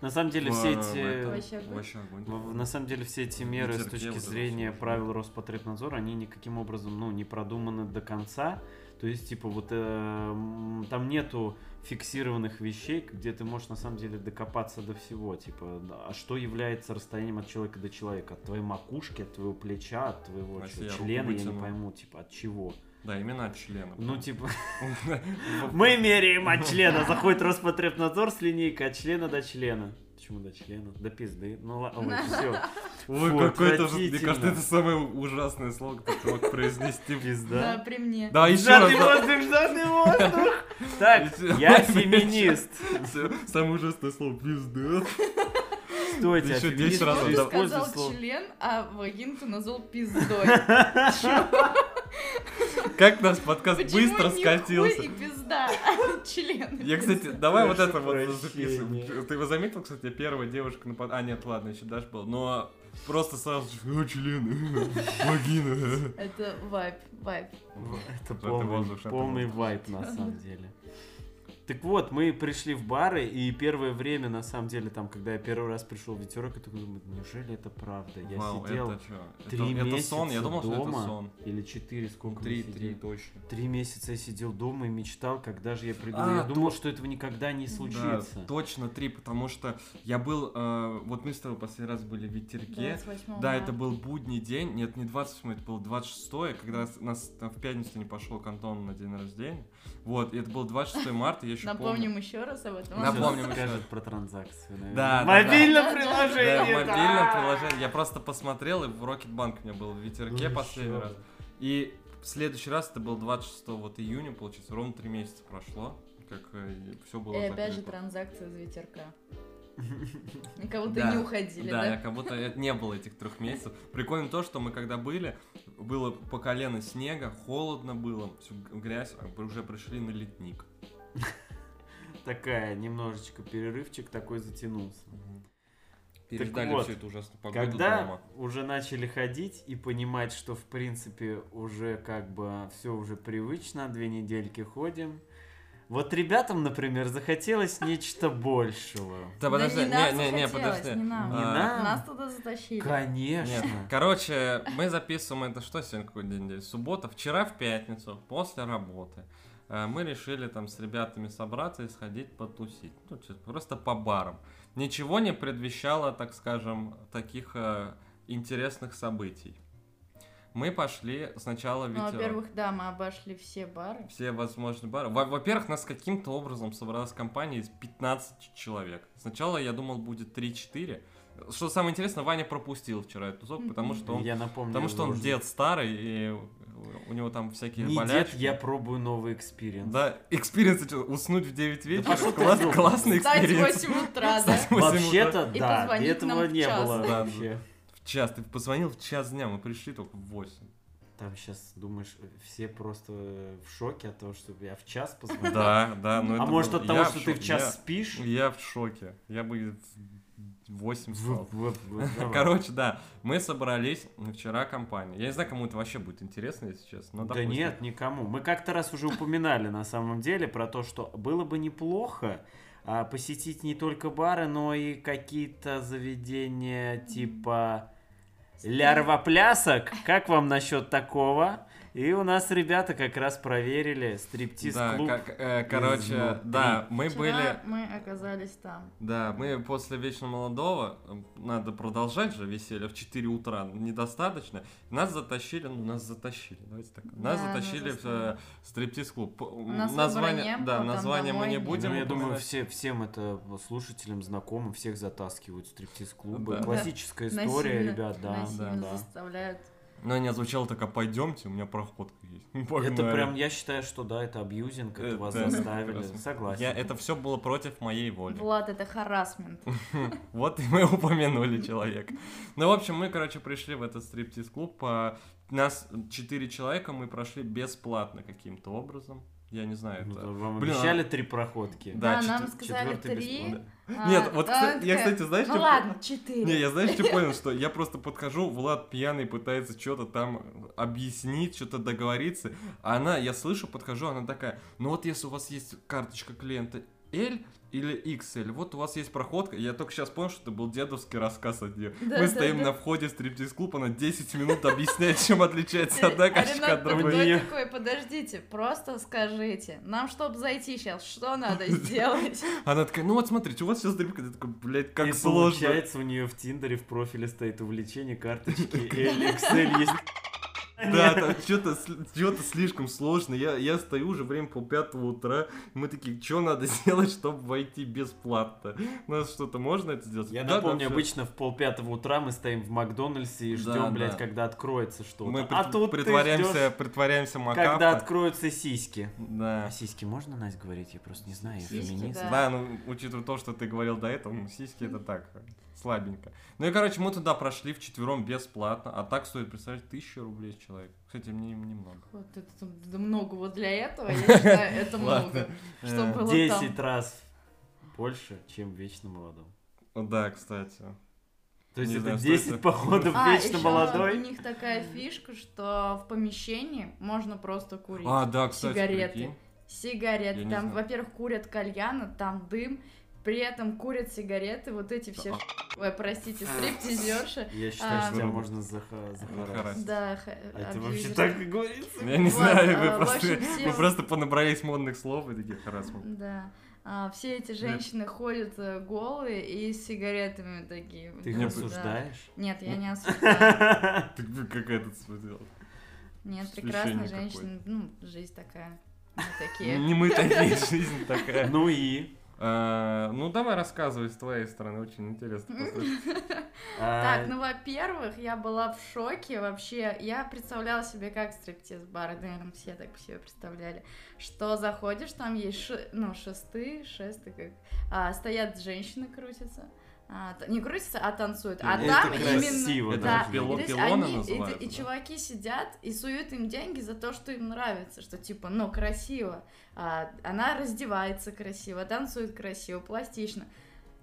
Speaker 3: На самом деле все
Speaker 2: В- в этом-
Speaker 3: эти...
Speaker 1: Вообще огонь.
Speaker 2: Вообще огонь.
Speaker 3: в- На самом деле все эти меры с
Speaker 2: Ветерке вот
Speaker 3: точки
Speaker 2: это
Speaker 3: зрения
Speaker 2: всё.
Speaker 3: правил Роспотребнадзора, они никаким образом ну, не продуманы до конца. То есть, типа, вот э, м, там нету фиксированных вещей, где ты можешь на самом деле докопаться до всего. Типа, да, а что является расстоянием от человека до человека? От твоей макушки, от твоего плеча, от твоего
Speaker 2: Вася, А
Speaker 3: чё,
Speaker 2: я руку
Speaker 3: члена, я не
Speaker 2: вытяну.
Speaker 3: пойму, типа, от чего.
Speaker 2: Да, именно от члена.
Speaker 3: Ну, типа,
Speaker 2: В-
Speaker 3: мы меряем от члена. Заходит Роспотребнадзор с линейкой от члена до члена. Почему до члена? До пизды. Ну ладно, все.
Speaker 2: Ой,
Speaker 3: Фу,
Speaker 2: какой-то... ж- Мне
Speaker 3: отвратительно.
Speaker 2: кажется, это самое ужасное слово, которое ты мог произнести.
Speaker 3: [LAUGHS]
Speaker 1: Да,
Speaker 3: Пизда.
Speaker 1: при мне.
Speaker 2: Да, еще раз.
Speaker 3: Жадный
Speaker 2: да.
Speaker 3: воздух, жадный воздух. Так,
Speaker 2: Ещё
Speaker 3: я
Speaker 2: раз.
Speaker 3: феминист.
Speaker 2: Всё, Самое ужасное слово пизда.
Speaker 3: Стойте, а
Speaker 2: Ещё 10
Speaker 3: феминист
Speaker 2: раз
Speaker 3: тоже
Speaker 2: да.
Speaker 1: Сказал
Speaker 3: использует слово.
Speaker 1: член, а вагин ты назвал
Speaker 2: [LAUGHS]
Speaker 1: пиздой.
Speaker 2: Как наш подкаст
Speaker 1: Почему
Speaker 2: быстро
Speaker 1: не
Speaker 2: скатился.
Speaker 1: хуй и пизда, а член? и
Speaker 2: Я, кстати,
Speaker 1: пизда?
Speaker 2: давай вот
Speaker 3: Прошу
Speaker 2: это вот
Speaker 3: прощения.
Speaker 2: запишем. Ты его заметил, кстати, я первая девушка на под... А, нет, ладно, еще Даш был. Но просто сразу же, «Э, член, [LAUGHS] э, вагина. э».
Speaker 1: Это вайп, вайп.
Speaker 3: Это
Speaker 2: Жадный
Speaker 3: полный,
Speaker 2: воздух, жадный
Speaker 3: полный
Speaker 2: воздух.
Speaker 3: вайп на самом деле. Так вот, мы пришли в бары, и первое время, на самом деле, там, когда я первый раз пришел в ветерок, я такой думаю, неужели это правда? Я
Speaker 2: Вау,
Speaker 3: сидел
Speaker 2: это что?
Speaker 3: три
Speaker 2: Это, это сон, я
Speaker 3: месяца
Speaker 2: думал, что это
Speaker 3: дома.
Speaker 2: сон.
Speaker 3: или четыре, сколько мы
Speaker 2: Три,
Speaker 3: сидели?
Speaker 2: три, точно.
Speaker 3: Три месяца я сидел дома и мечтал, когда же я приду.
Speaker 2: А,
Speaker 3: я думал, что этого никогда не случится.
Speaker 2: Да, точно три, потому что я был, э, вот мы с тобой последний раз были в Ветерке,
Speaker 1: 28
Speaker 2: Да,
Speaker 1: мая.
Speaker 2: это был будний день. Нет, не 28, это было 26, когда с- нас там в пятницу не пошел к Антону на день рождения. Вот, и это был 26 марта, я еще
Speaker 1: Напомним еще раз об этом.
Speaker 3: Сейчас
Speaker 2: Напомним еще.
Speaker 3: скажет про транзакцию, наверное.
Speaker 2: Да, да,
Speaker 3: Мобильное
Speaker 1: Ну, да.
Speaker 3: приложение!
Speaker 2: Да,
Speaker 3: да.
Speaker 2: мобильное приложение. Я просто посмотрел, и в Рокетбанк у меня был в ветерке
Speaker 3: Ну
Speaker 2: последний
Speaker 3: ещё
Speaker 2: раз. И в следующий раз это был 26 вот июня, получается, ровно три месяца прошло, как все было
Speaker 1: И опять же
Speaker 2: закрыто.
Speaker 1: транзакция из
Speaker 2: [LAUGHS]
Speaker 1: ветерка. Никого
Speaker 2: Да.
Speaker 1: то не уходили,
Speaker 2: Да,
Speaker 1: да?
Speaker 2: я как будто это не было этих трех месяцев. Прикольно то, что мы когда были, было по колено снега, холодно было, всю г- грязь, а мы уже пришли на ледник.
Speaker 3: Такая немножечко перерывчик такой затянулся.
Speaker 2: Переждали
Speaker 3: вот,
Speaker 2: всю эту ужасную погоду
Speaker 3: Когда
Speaker 2: дома.
Speaker 3: уже начали ходить и понимать, что в принципе уже как бы все уже привычно, две недельки ходим. Вот ребятам, например, захотелось нечто большего.
Speaker 2: Да подожди,
Speaker 1: не
Speaker 2: не,
Speaker 1: нам
Speaker 2: не, не,
Speaker 1: захотелось,
Speaker 2: подожди.
Speaker 1: не нам.
Speaker 3: Не
Speaker 2: А,
Speaker 3: нам.
Speaker 1: Нас туда затащили.
Speaker 2: Нет, ну.
Speaker 3: Конечно.
Speaker 2: короче, мы записываем это что сегодня какой день недели? Суббота, вчера в пятницу, после работы. э, Мы решили там с ребятами собраться и сходить потусить. Ну, чё, просто по барам. Ничего не предвещало, так скажем, таких э, интересных событий. Мы пошли сначала в
Speaker 1: Ну,
Speaker 2: ветерок.
Speaker 1: во-первых, да, мы обошли все бары.
Speaker 2: Все возможные бары. Во- Во-первых, нас каким-то образом собралась компания из 15 человек. Сначала я думал будет 3-4. Что самое интересное, Ваня пропустил вчера эту тусовку, потому что он
Speaker 3: Я напомню.
Speaker 2: Потому что он
Speaker 3: нужно.
Speaker 2: дед старый, и у него там всякие
Speaker 3: Не дед,
Speaker 2: болячки.
Speaker 3: я пробую новый
Speaker 2: [LAUGHS]
Speaker 3: экспириенс.
Speaker 2: Да, экспириенс, чё, уснуть в 9 вечера,
Speaker 3: пошёл ты
Speaker 2: класс-
Speaker 3: в жопу.
Speaker 2: классный
Speaker 1: Встать в
Speaker 2: экспириенс.
Speaker 1: 8 утра, да?
Speaker 2: Восемь утра.
Speaker 3: [LAUGHS] Вообще-то,
Speaker 1: И
Speaker 3: да,
Speaker 1: позвонить
Speaker 3: этого
Speaker 1: нам в
Speaker 3: не
Speaker 1: час.
Speaker 3: было
Speaker 2: Да, да.
Speaker 3: вообще.
Speaker 2: В час, ты позвонил в час дня, мы пришли только в
Speaker 1: [LAUGHS]
Speaker 2: 8.
Speaker 3: Там сейчас, думаешь, все просто в шоке от того, что я
Speaker 2: [LAUGHS]
Speaker 3: в час позвонил.
Speaker 2: Да, да, ну это
Speaker 3: А может
Speaker 2: было-
Speaker 3: от
Speaker 2: я
Speaker 3: того, что ты
Speaker 2: шоке,
Speaker 3: в час спишь?
Speaker 2: я- Я в шоке, я бы и в 8
Speaker 3: В-
Speaker 2: встал.
Speaker 3: в- в- [LAUGHS] давай.
Speaker 2: Короче, да, мы собрались вчера компания. Я не знаю, кому это вообще будет интересно, если честно. но
Speaker 3: Да
Speaker 2: Ну, допустим.
Speaker 3: нет, никому. Мы как-то раз уже упоминали на самом деле про то, что было бы неплохо а, посетить не только бары, но и какие-то заведения типа лярвоплясок. Как вам насчет такого? И у нас ребята как раз проверили
Speaker 2: Да,
Speaker 3: стриптиз-клуб.
Speaker 2: как, э, короче,
Speaker 3: изнутри.
Speaker 2: да, мы были...
Speaker 1: Вчера мы оказались там.
Speaker 2: Да, мы после Вечно Молодого, э, надо продолжать же веселье, в 4 утра недостаточно. Нас затащили, ну нас затащили, давайте так. Нас
Speaker 1: Да, нас
Speaker 2: затащили в э,
Speaker 1: заставили.
Speaker 2: стриптиз-клуб. П-
Speaker 1: нас
Speaker 2: название,
Speaker 1: выбора не было,
Speaker 2: да,
Speaker 1: там
Speaker 2: название мы
Speaker 1: домой
Speaker 2: не
Speaker 1: не
Speaker 2: будем
Speaker 3: Ну, я думаю,
Speaker 2: упоминать.
Speaker 3: все, всем это слушателям знакомым, всех затаскивают в стриптиз-клубы.
Speaker 2: Да.
Speaker 3: Классическая история,
Speaker 1: Насильно-
Speaker 3: ребят, да.
Speaker 1: насильно
Speaker 3: да.
Speaker 1: заставляют.
Speaker 2: Но не звучало так, а пойдемте, у меня проходка есть. [LAUGHS]
Speaker 3: Это
Speaker 2: Погнали.
Speaker 3: прям, я считаю, что да, это абьюзинг, это
Speaker 2: Это
Speaker 3: вас
Speaker 2: прекрасно.
Speaker 3: заставили. Согласен.
Speaker 2: Я, это все было против моей воли.
Speaker 1: Влад, это харасмент.
Speaker 2: Вот и мы [LAUGHS] упомянули человека. Ну, в общем, мы, короче, пришли в этот стриптиз-клуб. а, Нас четыре человека мы прошли бесплатно каким-то образом. Я не знаю,
Speaker 3: Ну,
Speaker 2: это...
Speaker 3: Вам
Speaker 2: Блин,
Speaker 3: обещали три проходки.
Speaker 2: Да,
Speaker 1: Да, нам
Speaker 2: четвер-
Speaker 1: сказали
Speaker 3: четвертый
Speaker 1: три.
Speaker 3: бесплатный.
Speaker 1: а,
Speaker 2: Нет, вот,
Speaker 1: да,
Speaker 2: кстати, я,
Speaker 1: такая,
Speaker 2: кстати, знаешь,
Speaker 1: Ну
Speaker 2: чё-
Speaker 1: ладно,
Speaker 2: Не,
Speaker 1: четыре.
Speaker 2: я, знаешь, что
Speaker 1: [LAUGHS]
Speaker 2: понял, что я просто подхожу, Влад пьяный пытается что-то там объяснить, что-то договориться, а она, я слышу, подхожу, она такая, ну вот если у вас есть карточка клиента L, или XL. Вот у вас есть проходка. Я только сейчас понял, что это был дедовский рассказ от нее.
Speaker 1: Да,
Speaker 2: Мы
Speaker 1: да,
Speaker 2: стоим
Speaker 1: да.
Speaker 2: на входе стриптиз-клуб, она 10 минут объясняет, чем отличается одна
Speaker 1: А
Speaker 2: качка от
Speaker 1: Ренат такой,
Speaker 2: другой.
Speaker 1: такой, подождите, просто скажите, нам, чтобы зайти сейчас, что
Speaker 2: [LAUGHS]
Speaker 1: надо сделать?
Speaker 2: Она такая, ну вот смотрите, у вас сейчас дырка. Я такой, блядь,
Speaker 3: И
Speaker 2: как сложно.
Speaker 3: получается, у нее в Тиндере в профиле стоит увлечение карточки LXL [LAUGHS] есть.
Speaker 2: Да, там что-то слишком сложно. Я, я стою уже время полпятого утра. Мы такие, что надо [LAUGHS] сделать, чтобы войти бесплатно? У нас что-то можно это сделать?
Speaker 3: Я
Speaker 2: Да, да,
Speaker 3: напомню,
Speaker 2: всё.
Speaker 3: обычно в полпятого утра мы стоим в Макдональдсе и ждем,
Speaker 2: Да,
Speaker 3: блядь,
Speaker 2: да.
Speaker 3: когда откроется что-то.
Speaker 2: Мы
Speaker 3: а
Speaker 2: прит-
Speaker 3: тут ты
Speaker 2: притворяемся,
Speaker 3: ждёшь,
Speaker 2: притворяемся макапа.
Speaker 3: когда откроются сиськи.
Speaker 2: Да.
Speaker 3: А сиськи можно, Настя, говорить? Я просто не знаю, я
Speaker 1: Сиськи,
Speaker 3: феминист.
Speaker 1: Да.
Speaker 2: Да, ну, учитывая то, что ты говорил до этого, ну, сиськи это так, слабенько. Ну и, короче, мы туда прошли вчетвером бесплатно, а так стоит, представить, тысячу рублей с человека. Кстати, мне им немного.
Speaker 1: Вот это там да много вот для этого,
Speaker 2: [LAUGHS]
Speaker 1: я считаю, это много.
Speaker 2: Ладно.
Speaker 1: Что
Speaker 2: Э,
Speaker 1: было там?
Speaker 3: 10 раз больше, чем в вечно молодом.
Speaker 2: Э, Да, кстати.
Speaker 3: То есть
Speaker 2: Не
Speaker 3: это
Speaker 2: знаю, что
Speaker 3: 10
Speaker 2: это.
Speaker 3: [LAUGHS] походов
Speaker 1: А,
Speaker 3: вечно
Speaker 1: ещё
Speaker 3: молодой.
Speaker 1: у них такая фишка, что в помещении можно просто курить.
Speaker 2: А, да, кстати,
Speaker 1: Сигареты.
Speaker 2: прикинь.
Speaker 1: Сигареты.
Speaker 2: Я не
Speaker 1: Там,
Speaker 2: знаю.
Speaker 1: во-первых, курят кальяны, там дым, при этом курят сигареты, вот эти все...
Speaker 2: А.
Speaker 1: ш- Ой,
Speaker 3: А.
Speaker 1: простите, стриптизерши.
Speaker 3: Я считаю,
Speaker 1: А,
Speaker 3: что тебя
Speaker 2: Выруб.
Speaker 3: можно заха- захарать.
Speaker 2: Захарать.
Speaker 1: Да, х-
Speaker 3: А это вообще
Speaker 1: абьюзерши.
Speaker 3: так и говорится?
Speaker 2: Ну, Я не
Speaker 1: Вот,
Speaker 2: знаю,
Speaker 1: а,
Speaker 2: вы
Speaker 1: в
Speaker 2: просто,
Speaker 1: общем, все-
Speaker 2: вы просто понабрались модных слов и таких раз.
Speaker 1: Да. А, все эти женщины ходят э, голые и с сигаретами такие.
Speaker 3: Ты их
Speaker 1: Да.
Speaker 3: осуждаешь? Ну.
Speaker 1: Нет, я не осуждаю.
Speaker 2: Ты как этот смотрел.
Speaker 1: Нет,
Speaker 2: Священник
Speaker 1: прекрасная
Speaker 2: какой-то.
Speaker 1: женщина. Ну, жизнь такая. Мы такие.
Speaker 2: Не мы такие, [LAUGHS] жизнь такая.
Speaker 3: [LAUGHS] Ну и?
Speaker 2: А, Ну, давай рассказывай с твоей стороны, очень интересно. послушать.
Speaker 3: А,
Speaker 1: Так, ну, во-первых, я была в шоке вообще. Я представляла себе, как стриптиз-бары, наверное, все так себе представляли, что заходишь, там есть, ши- ну, шесты, шесты, как... а, стоят женщины, крутятся. А, т- не крутятся, а танцуют. А
Speaker 3: Это
Speaker 1: там именно...
Speaker 3: красиво
Speaker 2: Это
Speaker 1: да.
Speaker 3: даже.
Speaker 2: пилон-
Speaker 1: И то есть
Speaker 2: пилоны
Speaker 1: они- и-
Speaker 2: называют,
Speaker 1: и,
Speaker 2: да?
Speaker 1: чуваки сидят и суют им деньги за то, что им нравится, что типа, ну, красиво. А, она раздевается красиво, танцует красиво, пластично.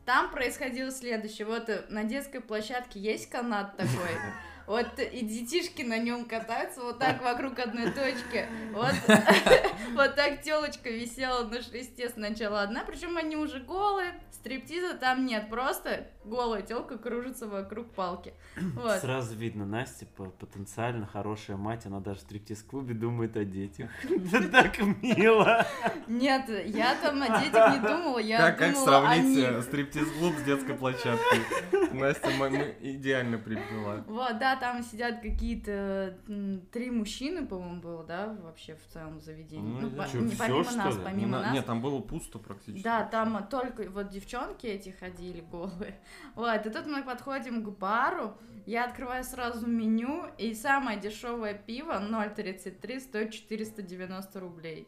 Speaker 1: Там происходило следующее. Вот э, на детской площадке есть канат такой.
Speaker 2: [LAUGHS]
Speaker 1: Вот э, и детишки на нем катаются вот так вокруг одной точки. Вот, [LAUGHS] вот так телочка висела на шесте сначала одна. Причем они уже голые, стриптиза там нет. Просто голая телка кружится вокруг
Speaker 2: [CLEARS THROAT]
Speaker 1: палки. Вот.
Speaker 3: Сразу видно, Настя по- потенциально хорошая мать, она даже в стриптиз-клубе думает о детях. [LAUGHS] Это так мило.
Speaker 1: Нет, я там
Speaker 2: [LAUGHS]
Speaker 1: о детях не думала, я
Speaker 2: Как, как
Speaker 1: думала
Speaker 2: сравнить
Speaker 1: о
Speaker 2: э,
Speaker 1: них.
Speaker 2: стриптиз-клуб с детской
Speaker 1: [LAUGHS]
Speaker 2: площадкой? Настя м- м- идеально прибила.
Speaker 1: Вот, да, там сидят какие-то м, три мужчины, по-моему, было, да, вообще в целом заведении.
Speaker 2: Ну,
Speaker 1: Ну, по-
Speaker 3: чё,
Speaker 1: не
Speaker 3: всё,
Speaker 1: помимо
Speaker 3: что
Speaker 1: нас,
Speaker 3: ли?
Speaker 2: Не
Speaker 1: помимо
Speaker 2: Ну, на-
Speaker 1: нас.
Speaker 2: Нет, там было пусто практически.
Speaker 1: Да, там только вот девчонки эти ходили голые. [LAUGHS] Вот, и тут мы подходим к бару, я открываю сразу меню, и самое дешевое пиво 0,33 стоит 490 рублей.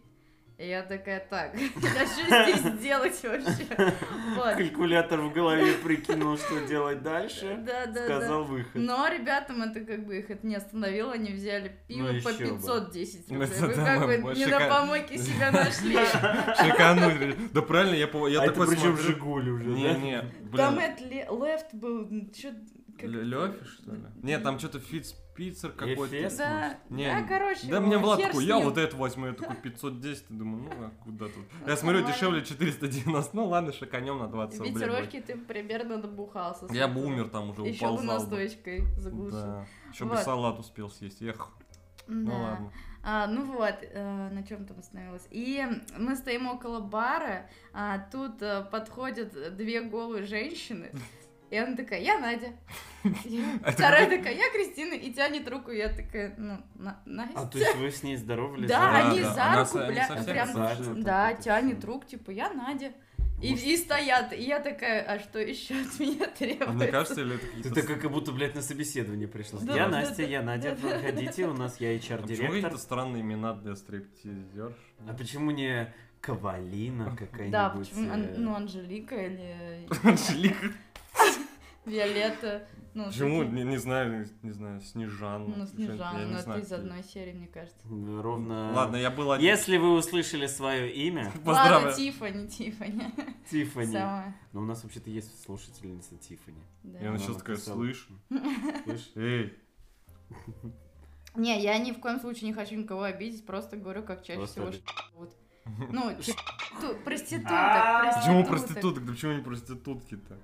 Speaker 1: И я такая, так, [LAUGHS] да что здесь делать вообще? [LAUGHS] Вот.
Speaker 3: Калькулятор в голове прикинул, что делать дальше.
Speaker 1: Да, да, да.
Speaker 3: Сказал выход.
Speaker 1: Но ребятам это как бы их это не остановило, они взяли пиво
Speaker 3: Ну
Speaker 1: по
Speaker 3: ещё бы.
Speaker 1: 510
Speaker 2: Ну
Speaker 1: рублей.
Speaker 2: это
Speaker 1: Вы
Speaker 2: да,
Speaker 1: как бы
Speaker 2: мы
Speaker 1: не
Speaker 2: шикарно.
Speaker 1: на помойке себя
Speaker 2: [LAUGHS]
Speaker 1: нашли.
Speaker 2: Шикануть. Да правильно, я по- я
Speaker 3: А это
Speaker 2: такой
Speaker 3: причем
Speaker 2: смотрю.
Speaker 3: Жигуль уже,
Speaker 2: Не,
Speaker 3: да?
Speaker 2: не,
Speaker 1: Там
Speaker 2: блин.
Speaker 1: это ле- лефт был, чё- как-
Speaker 2: Лёфи, что ли? Нет, там что-то Фитцпицер какой-то.
Speaker 3: Эфес?
Speaker 1: Да,
Speaker 2: Не,
Speaker 1: да,
Speaker 2: не.
Speaker 1: короче.
Speaker 2: Да, мне
Speaker 1: ну,
Speaker 2: Влад
Speaker 1: хер
Speaker 2: такой,
Speaker 1: с
Speaker 2: я
Speaker 1: ним.
Speaker 2: вот это возьму,
Speaker 1: [LAUGHS]
Speaker 2: я такой 510, и думаю, ну а куда тут?
Speaker 1: Ну,
Speaker 2: Я смотрю,
Speaker 1: нормально.
Speaker 2: дешевле 490, ну ладно, шиканем на 20 рублей. будет.
Speaker 1: Ветерочки ты примерно набухался.
Speaker 2: Я бы умер там уже,
Speaker 1: Еще бы
Speaker 2: уползал бы.
Speaker 1: настойкой заглушил.
Speaker 2: Да, еще бы
Speaker 1: Вот.
Speaker 2: салат успел съесть, эх, ну
Speaker 1: Да.
Speaker 2: ладно.
Speaker 1: А, ну вот, э, на чем там остановилась. И мы стоим около бара, а тут э, подходят две голые женщины, и она такая, я
Speaker 2: [LAUGHS]
Speaker 1: Надя.
Speaker 2: А
Speaker 1: Вторая такая, я Кристина, и тянет руку, я такая, ну, «На-
Speaker 3: А то
Speaker 1: Настя.
Speaker 3: есть вы с ней здоровались?
Speaker 1: Да,
Speaker 2: Да,
Speaker 1: А, они
Speaker 2: да,
Speaker 1: за
Speaker 2: она
Speaker 1: руку,
Speaker 2: со- они
Speaker 1: бля,
Speaker 2: совсем
Speaker 1: прям, [LAUGHS]
Speaker 3: за руку
Speaker 1: да,
Speaker 3: это
Speaker 1: тянет
Speaker 3: всё.
Speaker 1: рук, типа, я Надя. И,
Speaker 3: Может,
Speaker 1: и стоят, и я такая, а что еще от меня
Speaker 2: А мне
Speaker 1: требуется?
Speaker 2: кажется, или это какие-то...
Speaker 3: Ты так как будто, блядь, на собеседование пришла.
Speaker 1: Да,
Speaker 3: Я
Speaker 2: да,
Speaker 3: Настя,
Speaker 1: да,
Speaker 3: я Надя,
Speaker 1: [LAUGHS] да, да.
Speaker 3: проходите, у нас я
Speaker 2: А Почему
Speaker 3: HR-директор.
Speaker 2: какие-то странные имена для стриптизерш?
Speaker 1: [LAUGHS]
Speaker 3: А почему не Ковалина
Speaker 1: [LAUGHS]
Speaker 3: какая-нибудь?
Speaker 1: Да, почему,
Speaker 3: э,
Speaker 1: Ан- ну, Анжелика или
Speaker 2: Анжелика.
Speaker 1: Виолетта. Ну,
Speaker 2: Почему?
Speaker 1: такие-
Speaker 2: Не, не знаю, не знаю, Снежана.
Speaker 1: Ну,
Speaker 2: что-нибудь, я
Speaker 1: Снежана,
Speaker 2: не
Speaker 1: но это
Speaker 2: знаю,
Speaker 1: из
Speaker 2: кто это.
Speaker 1: одной серии, мне кажется.
Speaker 3: Ровно...
Speaker 2: Ладно, я был один. [LAUGHS]
Speaker 3: Если вы услышали свое
Speaker 1: [LAUGHS]
Speaker 3: имя,
Speaker 1: Ладно,
Speaker 2: Поздравляю.
Speaker 1: Тиффани, Тиффани.
Speaker 3: Тиффани.
Speaker 1: [LAUGHS] Сама,
Speaker 3: Но у нас вообще-то есть слушательница Тиффани.
Speaker 1: да.
Speaker 2: И она
Speaker 3: Она
Speaker 2: сейчас такая,
Speaker 3: написала.
Speaker 2: слышь, [LAUGHS]
Speaker 3: Слышь?
Speaker 2: эй,
Speaker 1: Не, я ни в коем случае не хочу никого обидеть, просто говорю, как чаще
Speaker 3: Просто
Speaker 1: всего
Speaker 3: обид-
Speaker 1: ш- вот. Ну, типа, ту- проституток,
Speaker 3: А-а-а.
Speaker 2: Почему
Speaker 1: проституток.
Speaker 2: проституток? Да почему не проститутки-то?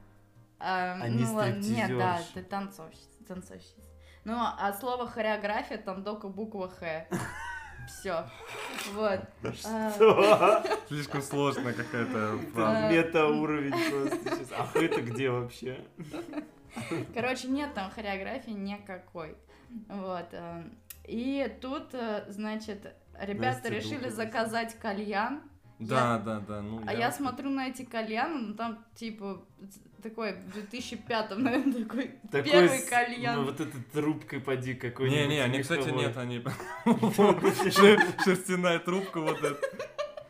Speaker 1: А,
Speaker 3: Они
Speaker 1: ну ладно, Нет, да,
Speaker 3: стриптизерши.
Speaker 1: ты танцовщица, танцовщица. Ну, а от слова хореография там только буква Х. Все. Вот. А, [LAUGHS]
Speaker 3: Что?
Speaker 2: Слишком сложная какая-то фраза.
Speaker 1: Да.
Speaker 3: Мета-уровень просто сейчас. А это где вообще?
Speaker 1: Короче, нет там хореографии никакой. Вот. э, И тут, э, значит, ребята
Speaker 3: Настя
Speaker 1: решили
Speaker 3: Духова.
Speaker 1: заказать кальян.
Speaker 2: Да, да, да. Ну,
Speaker 1: А я смотрю на эти кальяны, ну там типа ц- такой в 2005 [LAUGHS] наверное, такой
Speaker 3: Такой
Speaker 1: первый
Speaker 3: с-
Speaker 1: кальян.
Speaker 3: Ну вот этой трубкой поди какой-нибудь.
Speaker 2: Не, не, они, кстати,
Speaker 3: меховой.
Speaker 2: нет, они... [LAUGHS] Шер- Шерстяная трубка вот эта.
Speaker 3: [LAUGHS]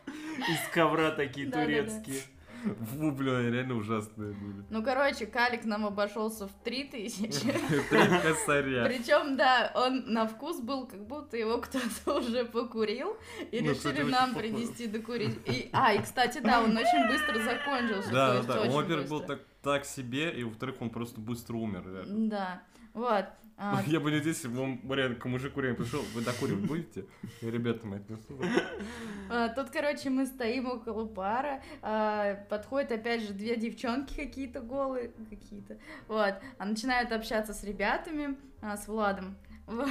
Speaker 3: Из ковра такие
Speaker 1: Да-да-да.
Speaker 3: турецкие.
Speaker 2: Фу, бля, они реально ужасные были.
Speaker 1: Ну, короче, калик нам обошелся в
Speaker 2: [LAUGHS]
Speaker 1: 3000.
Speaker 2: Три косаря.
Speaker 1: Причем, да, он на вкус был, как будто его кто-то [LAUGHS] уже покурил и
Speaker 2: Ну,
Speaker 1: решили
Speaker 2: кстати, очень
Speaker 1: нам
Speaker 2: похоже.
Speaker 1: принести докурить.
Speaker 2: [LAUGHS]
Speaker 1: И, а, и, кстати, да, он очень быстро закончился. то
Speaker 2: Да, да,
Speaker 1: есть
Speaker 2: да. Он,
Speaker 1: очень
Speaker 2: во-первых, был
Speaker 1: быстро.
Speaker 2: так, так себе, и во-вторых, он просто быстро умер. реально.
Speaker 1: Да, вот. а,
Speaker 2: [LAUGHS] Я бы не здесь, если бы он реально к мужику реально пришел, вы докуривать будете? И ребята мои, ну, что
Speaker 1: А, Тут, короче, мы стоим около пара, а, подходят опять же две девчонки какие-то голые, какие-то, вот, а начинают общаться с ребятами, а, с Владом, [LAUGHS] вот.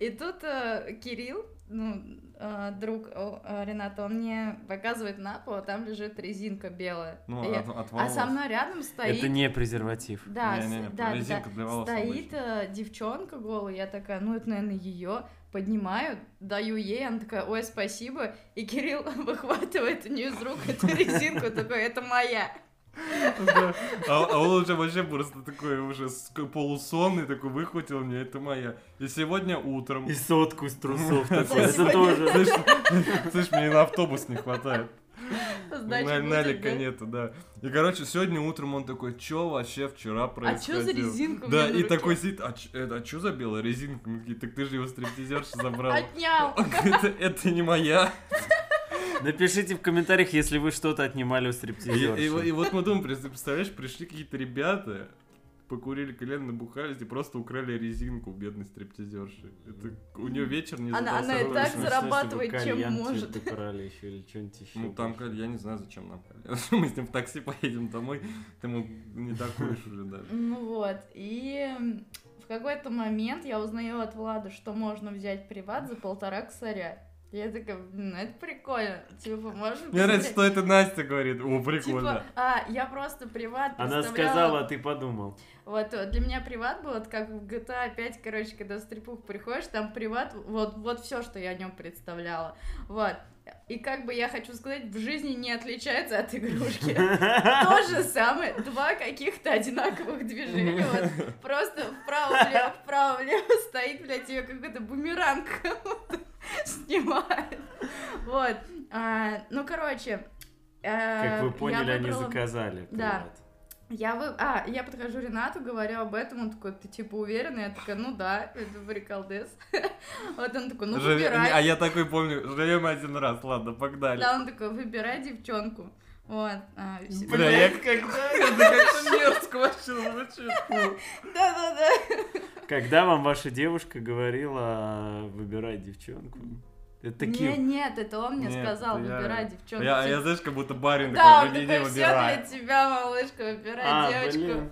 Speaker 1: И тут а, Кирилл, ну, а, друг о, а, Рената, он мне показывает на пол, а там лежит резинка белая.
Speaker 2: Ну,
Speaker 1: И-
Speaker 2: от- от
Speaker 1: а
Speaker 2: волос.
Speaker 1: со мной рядом стоит...
Speaker 3: Это не презерватив.
Speaker 1: Да, с-
Speaker 2: Не-не-не,
Speaker 1: да, да, да.
Speaker 2: резинка для волос
Speaker 1: Стоит э, девчонка голая, я такая, ну это, наверное, ее. Поднимаю, даю ей, она такая, ой, спасибо. И Кирилл [LAUGHS] выхватывает у нее из рук
Speaker 2: [LAUGHS]
Speaker 1: эту резинку, такой, это моя.
Speaker 2: [LAUGHS] Да. А, а он уже вообще просто такой уже с- полусонный, такой выхватил мне, это моя. И сегодня утром...
Speaker 3: И сотку
Speaker 1: [LAUGHS]
Speaker 3: из трусов
Speaker 2: Да,
Speaker 3: такой. Это
Speaker 1: сегодня- [LAUGHS]
Speaker 3: тоже.
Speaker 2: [LAUGHS] Слышь, слышь, мне на автобус не хватает.
Speaker 1: Сдачи
Speaker 2: На-
Speaker 1: будет,
Speaker 2: Налика
Speaker 1: да?
Speaker 2: нету, да. И, короче, сегодня утром он такой, чё вообще вчера
Speaker 1: А
Speaker 2: происходило?
Speaker 1: что за резинка у
Speaker 2: Да,
Speaker 1: меня на
Speaker 2: и
Speaker 1: руке?
Speaker 2: такой сидит, а, ч- это, а чё за белая резинка? Мы такие, так ты же его стриптизерша
Speaker 1: А
Speaker 2: забрала.
Speaker 1: Отнял.
Speaker 2: Он говорит, [LAUGHS] это, это не моя.
Speaker 3: Напишите в комментариях, если вы что-то отнимали
Speaker 2: И, и
Speaker 3: у
Speaker 2: вот- и
Speaker 3: стриптизерши.
Speaker 2: вот мы думаем, пред- представляешь, пришли какие-то ребята, покурили колен, набухались и просто украли резинку у бедной стриптизерши. Это, у нее вечер не
Speaker 1: Она- она и
Speaker 2: задался
Speaker 1: так
Speaker 2: точно.
Speaker 1: заработала. зарабатывает, чем может.
Speaker 3: еще или что-нибудь еще.
Speaker 2: Ну там, Каль, я не знаю, зачем нам Каль. [LAUGHS] Мы с ним в такси поедем домой, ты ему не докуришь уже даже.
Speaker 1: Ну вот, и м, в какой-то момент я узнаю от Влада, что можно взять приват за полтора косаря. Я такая, блин, ну это прикольно. Типа, можем...
Speaker 2: Мне нравится,
Speaker 1: посмотреть?»
Speaker 2: что это Настя говорит. О,
Speaker 1: Типа,
Speaker 2: прикольно.
Speaker 1: а, я просто приват
Speaker 3: Она
Speaker 1: представляла-
Speaker 3: сказала, а ты подумал.
Speaker 1: Вот, э, для меня приват был, вот как в GTA 5, короче, когда в стрипух приходишь, там приват, вот, вот все, что я о нем представляла. Вот. И как бы я хочу сказать, в жизни не отличается от игрушки. То же самое, два каких-то одинаковых движения, вот, просто вправо-влево, вправо-влево стоит, блядь, ее какой-то бумеранг [LAUGHS] кому-то снимает. Вот. А, ну, короче,
Speaker 3: Как вы
Speaker 1: э,
Speaker 3: поняли,
Speaker 1: я
Speaker 3: они
Speaker 1: выбрала-
Speaker 3: заказали.
Speaker 1: Да.
Speaker 3: приват.
Speaker 1: я вы... А, я подхожу Ренату, говорю об этом, он такой, ты типа уверена? Я такая, ну да, это приколдес. [LAUGHS] Вот он такой, ну
Speaker 2: Живе- А
Speaker 1: выбирай.
Speaker 2: я такой помню, живем один раз, ладно, погнали.
Speaker 1: Да, он такой, выбирай девчонку. Вот. а, все-
Speaker 2: Бля, [LAUGHS] я когда... Это как-то мерзко вообще звучит.
Speaker 1: [LAUGHS] Да-да-да.
Speaker 3: Когда вам ваша девушка говорила выбирай девчонку? Это
Speaker 1: Не,
Speaker 3: такие.
Speaker 1: нет, это он мне
Speaker 2: Нет,
Speaker 1: сказал,
Speaker 2: это я-
Speaker 1: выбирай девчонку.
Speaker 2: Я, я, знаешь, как будто барин
Speaker 1: Да, он
Speaker 2: такой, не, не,
Speaker 1: такой, все для
Speaker 2: выбирай.
Speaker 1: тебя, малышка, выбирай
Speaker 3: А,
Speaker 1: девочку.
Speaker 3: блин.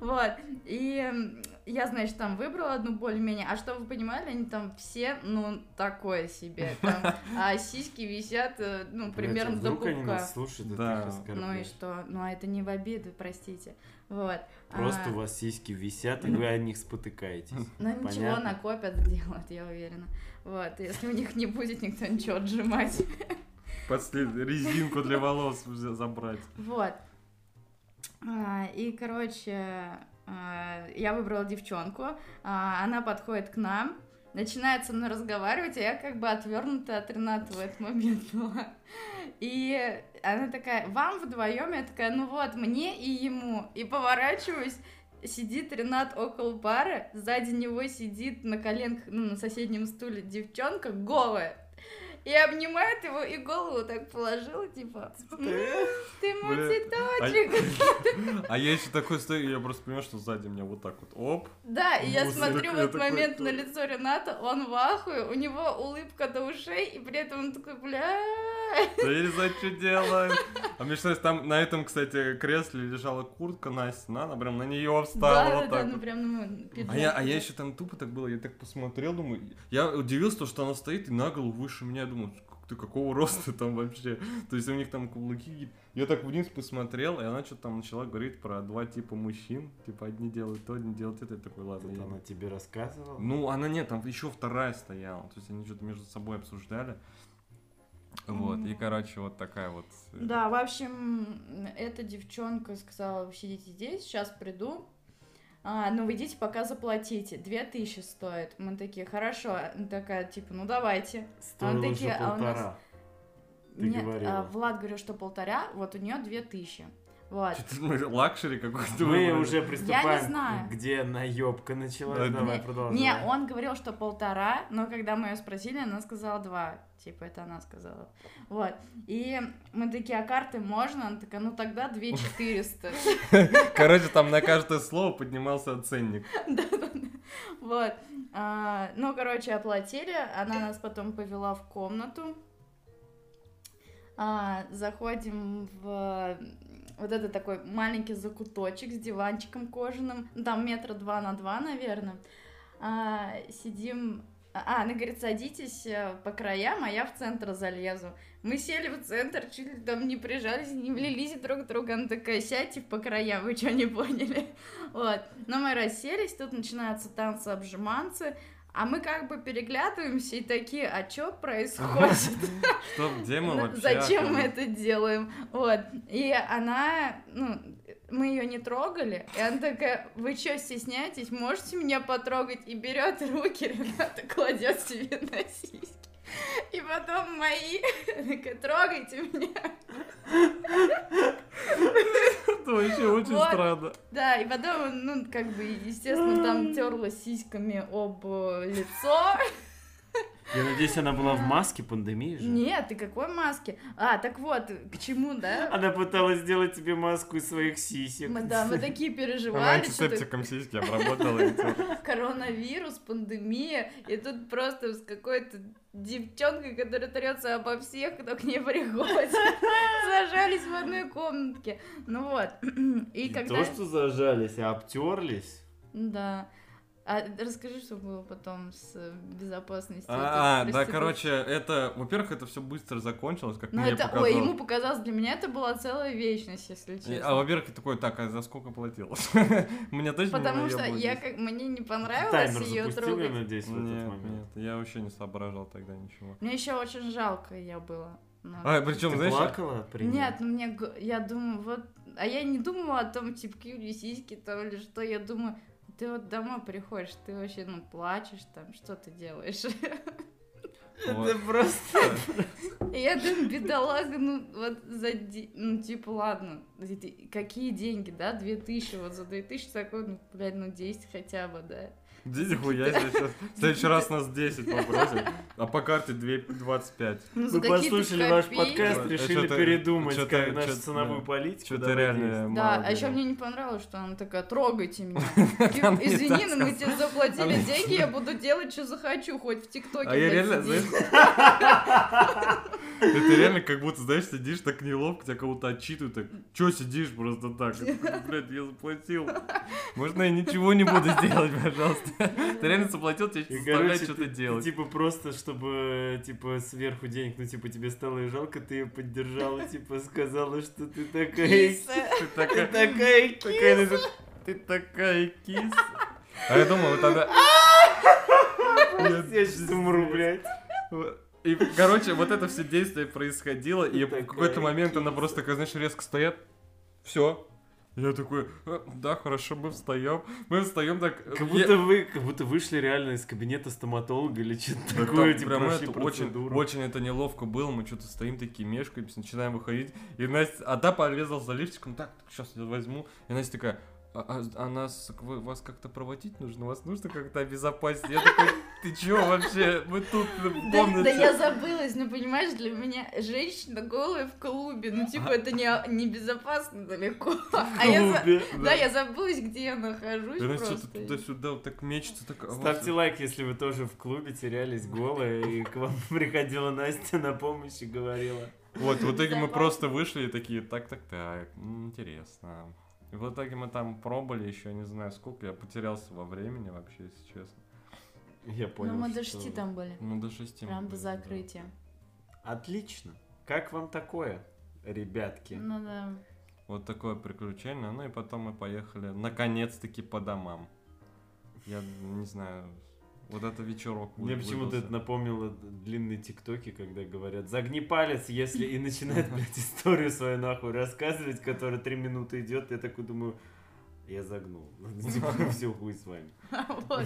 Speaker 1: Вот. И м, я, значит, там выбрала одну более-менее. А что вы понимали, они там все, ну, такое себе.
Speaker 2: [LAUGHS]
Speaker 1: Там, а сиськи висят, э, ну, примерно
Speaker 3: Блядь, а
Speaker 1: до
Speaker 3: вдруг они
Speaker 1: пупка.
Speaker 3: нас слушают, и
Speaker 2: Да.
Speaker 3: ты их
Speaker 1: Ну и
Speaker 3: оскорбляешь.
Speaker 1: что? Ну, а это не в обиду, простите. Вот. А,
Speaker 3: Просто у вас сиськи висят, и вы о них спотыкаетесь.
Speaker 1: Ну, ничего,
Speaker 3: понятно.
Speaker 1: накопят, [LAUGHS] сделают, я уверена. Вот, если у них не будет никто ничего отжимать. [LAUGHS]
Speaker 2: Послед- Резинку для волос взя- забрать.
Speaker 1: Вот. А, И, короче, а, я выбрала девчонку, а, она подходит к нам, начинает со мной разговаривать, а я как бы отвернута от Рената в этот момент была. И она такая, вам вдвоем, я такая, ну вот, мне и ему. И поворачиваюсь, сидит Ренат около бара, сзади него сидит на коленках, ну, на соседнем стуле девчонка голая. и обнимает его, и голову так положила, типа, «М, ты мой
Speaker 2: Блин. А,
Speaker 1: цветочек.
Speaker 2: а я еще такой стою, и я просто понимаю, что сзади меня вот так вот, оп.
Speaker 1: Да, и я
Speaker 2: Мусор
Speaker 1: смотрю в
Speaker 2: такой,
Speaker 1: этот
Speaker 2: такой,
Speaker 1: момент на
Speaker 2: такой.
Speaker 1: лицо Рената, он в ахуе, у него улыбка до ушей, и при этом он такой, бля...
Speaker 2: Да я не знаю, что делаю. А мне что, там на этом, кстати, кресле лежала куртка Настя, на, она прям на нее встала
Speaker 1: Да, да,
Speaker 2: вот
Speaker 1: да,
Speaker 2: так
Speaker 1: ну
Speaker 2: вот.
Speaker 1: прям, ну,
Speaker 2: А я, а я еще там тупо так было, я так посмотрел, думаю, я удивился, то, что она стоит и на голову выше меня, я думаю, «Как ты какого роста там вообще? То есть у них там каблуки. Я так вниз посмотрел, и она что-то там начала говорить про два типа мужчин. Типа одни делают то, одни делают это. Я такой, ладно,
Speaker 3: И
Speaker 2: там
Speaker 3: Она тебе рассказывала?
Speaker 2: ну, она нет, там еще вторая стояла. То есть они что-то между собой обсуждали. Вот, и,
Speaker 1: Мгм.
Speaker 2: короче, вот такая вот. э,
Speaker 1: Да, в общем, эта девчонка сказала, вы сидите здесь, сейчас приду. А, ну, вы идите, пока заплатите. Две тысячи стоит. Мы такие, хорошо. Она такая, типа, ну, давайте.
Speaker 3: Стоило
Speaker 1: Она
Speaker 3: уже
Speaker 1: такие, а у нас-
Speaker 3: полтора. Ты
Speaker 1: Нет,
Speaker 3: говорила.
Speaker 1: а, Влад говорил, что полтора, вот у нее две тысячи. Вот.
Speaker 2: чё-то мы ну, Лакшери какой-то.
Speaker 3: Мы
Speaker 2: выбрали.
Speaker 3: уже приступаем,
Speaker 1: знаю.
Speaker 3: где наебка началась.
Speaker 2: Да,
Speaker 3: Давай,
Speaker 1: Не-
Speaker 3: продолжай.
Speaker 1: Не, он говорил, что полтора, но когда мы ее спросили, она сказала два. Типа, это она сказала. Вот. И мы такие, а карты можно? Она такая, ну тогда две четыреста.
Speaker 2: Короче, там на каждое слово поднимался ценник.
Speaker 1: Да-да-да. Вот. А, Ну, короче, оплатили. Она нас потом повела в комнату. А, Заходим в вот это такой маленький закуточек с диванчиком кожаным. Ну, Там метра два на два, наверное. А, Сидим... А, она говорит, садитесь э, по краям, а я в центр залезу. Мы сели в центр, чуть ли там не прижались, не влились друг в друга. Она такая, сядьте по краям, вы что, не поняли? [LAUGHS] Вот. Но мы расселись, тут начинаются танцы обжиманцы, а мы как бы переглядываемся и такие, а чё происходит?
Speaker 2: Что, где мы
Speaker 1: Ну,
Speaker 2: вообще?
Speaker 1: Зачем мы это делаем? Вот. И она, ну, мы ее не трогали, и она такая, вы чё, стесняетесь, можете меня потрогать? И берет руки, Рената кладет себе на сиськи. И потом мои, [LAUGHS] Она такая, трогайте меня.
Speaker 2: Это вообще очень
Speaker 1: Вот.
Speaker 2: странно.
Speaker 1: Да, и потом, он, ну, как бы, естественно, там терла сиськами об э, лицо.
Speaker 3: Я надеюсь, она была в маске пандемии же.
Speaker 1: Нет, ты какой маски? А, так вот, к чему,
Speaker 2: А,
Speaker 1: да?
Speaker 3: Она пыталась сделать тебе маску из своих сисек.
Speaker 1: Мы, да, мы такие
Speaker 2: Она
Speaker 1: переживали, что так-
Speaker 2: антисептиком сиськи обработала. и всё.
Speaker 1: коронавирус, пандемия, и тут просто с какой-то девчонкой, которая трется обо всех, кто к ней приходит, сажались в одной комнатке. Ну вот, и
Speaker 3: Не
Speaker 1: когда...
Speaker 3: то, что зажались, а обтерлись.
Speaker 1: Да. А расскажи, что было потом с э, безопасностью.
Speaker 2: А,
Speaker 1: этой
Speaker 2: да,
Speaker 1: проститутки.
Speaker 2: короче, это, во-первых, это все быстро закончилось, как
Speaker 1: Ну
Speaker 2: мне
Speaker 1: это, ой, ему
Speaker 2: показалось. а,
Speaker 1: показалось, для меня это была целая вечность, если
Speaker 2: И-
Speaker 1: честно.
Speaker 2: А во-первых, я такой, так, а за сколько платил? [LAUGHS] Мне точно не
Speaker 1: Потому что
Speaker 2: наебывать
Speaker 1: я
Speaker 2: ну, здесь?
Speaker 1: как мне не понравилось
Speaker 3: Таймер
Speaker 1: ее
Speaker 3: запустил, я
Speaker 1: трогать.
Speaker 3: надеюсь, в этот
Speaker 2: Нет,
Speaker 3: момент.
Speaker 2: нет, я вообще не соображал тогда ничего.
Speaker 1: Мне еще очень жалко я была. Но-
Speaker 2: А, причем,
Speaker 3: Ты
Speaker 2: знаешь,
Speaker 3: плакала при ней?
Speaker 1: Нет, ну мне г- я думаю, вот. А я не думала о том, типа, или сиськи там или что. Я думаю, ты вот домой приходишь, ты вообще, ну, плачешь там, что ты делаешь? [LAUGHS]
Speaker 2: вот.
Speaker 3: Это просто...
Speaker 1: И я думаю, бедолага, ну, вот за... де- Ну, типа, ладно, и ты- какие деньги, да? Две тысячи, вот за две тысячи такой, ну, блядь, ну, 10 хотя бы, да?
Speaker 2: Иди нихуя себе сейчас.
Speaker 3: [LAUGHS]
Speaker 2: В следующий раз нас 10 попросят, а по карте 2 25.
Speaker 1: Ну,
Speaker 3: Мы
Speaker 1: какие-то
Speaker 3: послушали ваш
Speaker 1: копейки.
Speaker 3: подкаст,
Speaker 2: Да,
Speaker 3: решили
Speaker 2: чё-то-
Speaker 3: передумать
Speaker 2: чё-то-
Speaker 3: как нашу
Speaker 2: Э, чё-то,
Speaker 3: ценовую
Speaker 2: да.
Speaker 3: политику.
Speaker 2: Что-то
Speaker 3: Типа, давай
Speaker 2: реально
Speaker 1: Да,
Speaker 2: мало
Speaker 1: а еще
Speaker 2: делаем.
Speaker 1: мне не понравилось, что она такая, трогайте
Speaker 2: [LAUGHS]
Speaker 1: меня. Типа,
Speaker 2: Она мне
Speaker 1: Извини,
Speaker 2: так
Speaker 1: но мы тебе
Speaker 2: Она
Speaker 1: заплатили
Speaker 2: мне-
Speaker 1: деньги, я буду делать, что захочу, хоть в ТикТоке.
Speaker 2: А я
Speaker 1: блядь,
Speaker 2: реально,
Speaker 1: сиди.
Speaker 2: знаешь... [LAUGHS] Это реально как будто, знаешь, сидишь так неловко, тебя кого-то отчитывают, так, чё сидишь просто так? Я такой, Блядь, я заплатил. Можно я ничего не буду делать, пожалуйста? Ты реально заплатил, тебя
Speaker 3: И,
Speaker 2: заставляют
Speaker 3: короче, ты,
Speaker 2: что-то
Speaker 3: ты,
Speaker 2: делать.
Speaker 3: типа просто, чтобы, типа, сверху денег, ну, типа, тебе стало и жалко, ты ее поддержала,
Speaker 2: [LAUGHS]
Speaker 3: типа, сказала, что ты такая...
Speaker 1: Киса.
Speaker 2: Ты такая...
Speaker 3: типа,
Speaker 2: Такая,
Speaker 3: такая
Speaker 2: ты, ты такая кис. А я думал, вы тогда...
Speaker 3: Я сейчас умру, блядь.
Speaker 2: И, короче, вот это все действие происходило, и
Speaker 3: Такая
Speaker 2: в какой-то момент она просто, такая, знаешь, резко стоит. Все. Я такой, «Э, да, хорошо, мы встаем. Мы встаем так... э,
Speaker 3: Как
Speaker 2: я-
Speaker 3: будто вы, как будто вышли реально из кабинета стоматолога или что-то
Speaker 2: Да
Speaker 3: такое,
Speaker 2: там
Speaker 3: типа,
Speaker 2: прям
Speaker 3: прошли
Speaker 2: это очень,
Speaker 3: процедуру.
Speaker 2: очень это неловко было, мы что-то стоим такие, мешкаемся, начинаем выходить, и Настя, а та порезал за лифчиком, так, сейчас я возьму, и Настя такая, а, а- а нас, к- вы- вас как-то проводить нужно? Вас нужно как-то обезопасить? Я такой, ты чё вообще? Мы тут э, в
Speaker 1: Да, да я
Speaker 2: комнате.
Speaker 1: забылась, ну понимаешь, для меня женщина голая в клубе, ну типа это не, небезопасно далеко. А я за-
Speaker 3: Клубе.
Speaker 1: Да, я забылась, где я нахожусь
Speaker 2: И Она
Speaker 1: просто.
Speaker 2: что-то туда-сюда вот так мечется. Так, а вот-
Speaker 3: Ставьте лайк, если вы тоже в клубе терялись голые, и к вам [LAUGHS] приходила Настя на помощь и говорила.
Speaker 2: Вот, в итоге мы
Speaker 1: Забавно.
Speaker 2: просто вышли и такие, так-так-так, м, интересно. И в итоге мы там пробыли еще не знаю сколько, я потерялся во времени вообще, если честно.
Speaker 3: Я
Speaker 1: Ну
Speaker 3: понял,
Speaker 1: мы до
Speaker 3: что-
Speaker 1: шести там были,
Speaker 2: Ну, до шести. мы
Speaker 1: прям до
Speaker 2: были, да.
Speaker 1: закрытия.
Speaker 3: Отлично. Как вам такое, ребятки?
Speaker 1: Ну да.
Speaker 2: Вот такое приключение. Ну и потом мы поехали, наконец-таки, по домам. Я не знаю, вот это вечерок
Speaker 3: Мне
Speaker 2: вы-
Speaker 3: почему-то
Speaker 2: выдался.
Speaker 3: это напомнило длинные тиктоки, когда говорят «загни палец, если...» и [LAUGHS] начинает, блядь, историю свою нахуй рассказывать, которая три минуты идет. Я такой думаю, я загнул. Ну, Все, хуй с вами.
Speaker 1: [LAUGHS] А Вот.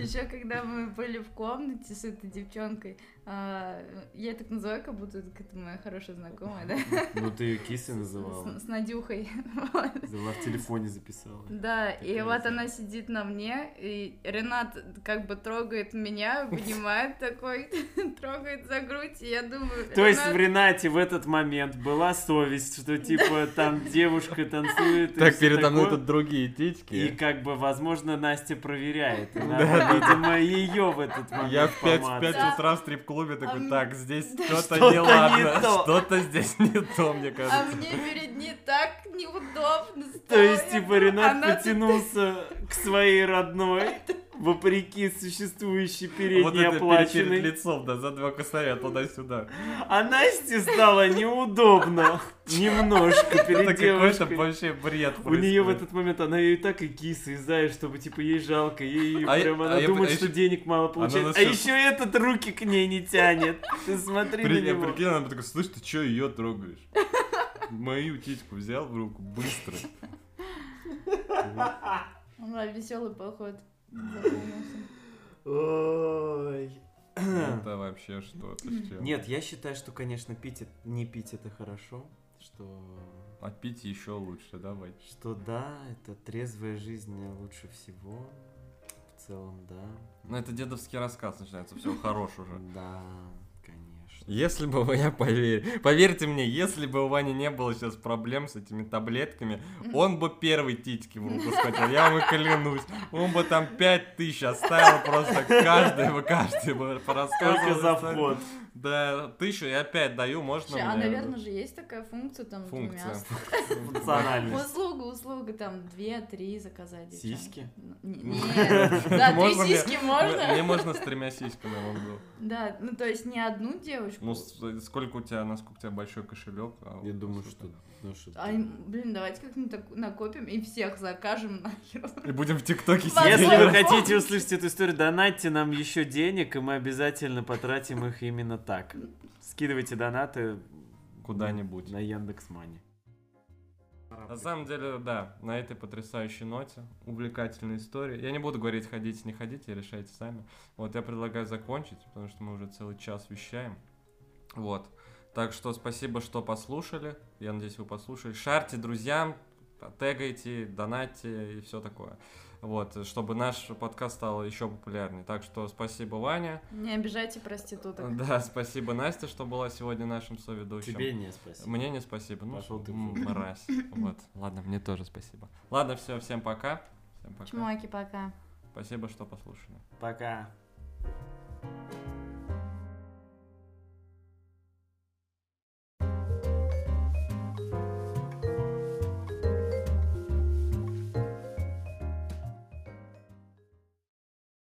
Speaker 1: Еще когда мы были в комнате с этой девчонкой, а, я так называю, как будто это какая-то моя хорошая знакомая, да?
Speaker 3: Ну ты ее киси называла.
Speaker 1: С, с Надюхой. [LAUGHS] Вот.
Speaker 3: Взяла в телефоне записала.
Speaker 1: Да, и
Speaker 3: типа. Такая
Speaker 1: вот
Speaker 3: за-
Speaker 1: она сидит на мне, и Ренат как бы трогает
Speaker 3: [LAUGHS]
Speaker 1: меня, обнимает такой, [LAUGHS] трогает за грудь, и я думаю...
Speaker 3: То есть в
Speaker 1: «Ренат,
Speaker 3: Ренате в этот момент была совесть, что типа там девушка танцует. и
Speaker 2: Так,
Speaker 3: всё
Speaker 2: передо мной
Speaker 3: такое.
Speaker 2: тут другие
Speaker 3: И
Speaker 2: титьки.
Speaker 3: как бы, возможно,
Speaker 2: [LAUGHS]
Speaker 3: Настя проверяет. И
Speaker 2: Да,
Speaker 3: надо,
Speaker 2: да,
Speaker 3: видимо, ее в этот момент
Speaker 2: Я в 5,
Speaker 3: помацать.
Speaker 1: Да.
Speaker 2: утра в стрип-клубе такой,
Speaker 1: мне-
Speaker 2: так, здесь
Speaker 1: Да
Speaker 2: что-то
Speaker 3: что-то не
Speaker 2: неладно,
Speaker 3: то».
Speaker 2: что-то здесь не то, мне
Speaker 1: А
Speaker 2: кажется.
Speaker 1: мне перед ней так неудобно стало.
Speaker 3: То есть,
Speaker 1: Я
Speaker 3: типа,
Speaker 1: думаю,
Speaker 3: Ренат
Speaker 1: она тут
Speaker 3: потянулся к своей родной, вопреки существующей
Speaker 2: Вот
Speaker 3: передней
Speaker 2: это перед- перед
Speaker 3: оплаченной.
Speaker 2: лицом, да, за два косаря туда-сюда.
Speaker 3: А Насте стало неудобно. Немножко
Speaker 2: Это
Speaker 3: перед
Speaker 2: Ну, какой-то
Speaker 3: девушкой.
Speaker 2: вообще бред
Speaker 3: У нее в
Speaker 2: происходит.
Speaker 3: этот момент, она ее и так и киса, и зая, чтобы, типа, ей жалко, ей
Speaker 2: А я-
Speaker 3: прям,
Speaker 2: а
Speaker 3: она
Speaker 2: я-
Speaker 3: думает,
Speaker 2: а
Speaker 3: что
Speaker 2: ещё-
Speaker 3: денег мало
Speaker 2: на
Speaker 3: получает. А
Speaker 2: всё-
Speaker 3: еще этот руки к ней не тянет. Ты смотри на
Speaker 2: При-
Speaker 3: него.
Speaker 2: Прикинь, она такая, слышь, ты чё ее трогаешь? [LAUGHS] Мою титьку взял в руку, быстро.
Speaker 1: Ну, Да, веселый поход. Запомнился.
Speaker 3: Ой.
Speaker 2: Ну, Это вообще что-то с чем.
Speaker 3: Нет, я считаю, что, конечно, пить, это- не пить это хорошо, что
Speaker 2: А пить еще лучше, давай.
Speaker 3: Что да, это трезвая жизнь лучше всего. В целом, да.
Speaker 2: Ну это дедовский рассказ начинается, все хорош уже.
Speaker 3: Да, конечно.
Speaker 2: Если бы вы- я поверь, поверьте мне, если бы у Вани не было сейчас проблем с этими таблетками, он бы первый титьки в руку схватил, я вам и клянусь. Он бы там пять тысяч оставил просто каждый бы, каждый бы порассказывал.
Speaker 3: Только за
Speaker 2: историю.
Speaker 3: вход.
Speaker 2: Да, тысячу я опять даю, можно
Speaker 1: Вообще, а,
Speaker 2: мне?
Speaker 1: наверное, же есть такая функция, там,
Speaker 2: Функция.
Speaker 3: [LAUGHS]
Speaker 1: двумя...
Speaker 3: Функциональность.
Speaker 1: Услуга, услуга, там, две-три заказать. девчонки.
Speaker 3: Сиськи?
Speaker 1: Ну, не-
Speaker 3: [LAUGHS]
Speaker 1: Нет, да, три
Speaker 2: Можно мне-
Speaker 1: сиськи
Speaker 2: Мне мне
Speaker 1: можно.
Speaker 2: можно с тремя сиськами он был.
Speaker 1: Да, ну, то есть не одну девочку.
Speaker 2: Ну, с- сколько у тебя, насколько у тебя большой кошелек? а
Speaker 3: Я думаю,
Speaker 2: сколько-
Speaker 3: что... ну, что
Speaker 1: А,
Speaker 3: ты-
Speaker 1: блин, давайте как-нибудь так накопим и всех закажем нахер.
Speaker 2: И будем в ТикТоке
Speaker 1: Возможно.
Speaker 2: сидеть.
Speaker 3: Если вы
Speaker 1: Возможно.
Speaker 3: хотите услышать эту историю, донатьте нам еще денег, и мы обязательно потратим их именно так. Скидывайте донаты
Speaker 2: Куда-нибудь.
Speaker 3: на Яндекс.Мани.
Speaker 2: На самом деле, да, на этой потрясающей ноте, увлекательной истории. Я не буду говорить, ходите, не ходите, решайте сами. Вот, я предлагаю закончить, потому что мы уже целый час вещаем. Вот. Так что спасибо, что послушали. Я надеюсь, вы послушали. Шарьте друзьям, тегайте, донатьте и все такое. Вот, чтобы наш подкаст стал еще популярнее. Так что спасибо, Ваня.
Speaker 1: Не обижайте проституток.
Speaker 2: Да, спасибо, Настя, что была сегодня нашим соведущим.
Speaker 3: Тебе не спасибо.
Speaker 2: Мне не спасибо. Ну,
Speaker 3: Пошел ты в
Speaker 2: м,
Speaker 3: жопу.
Speaker 2: мразь. Вот. Ладно, мне тоже спасибо. Ладно, все, всем пока. Всем пока.
Speaker 1: Чмоки, пока.
Speaker 2: Спасибо, что послушали.
Speaker 3: Пока.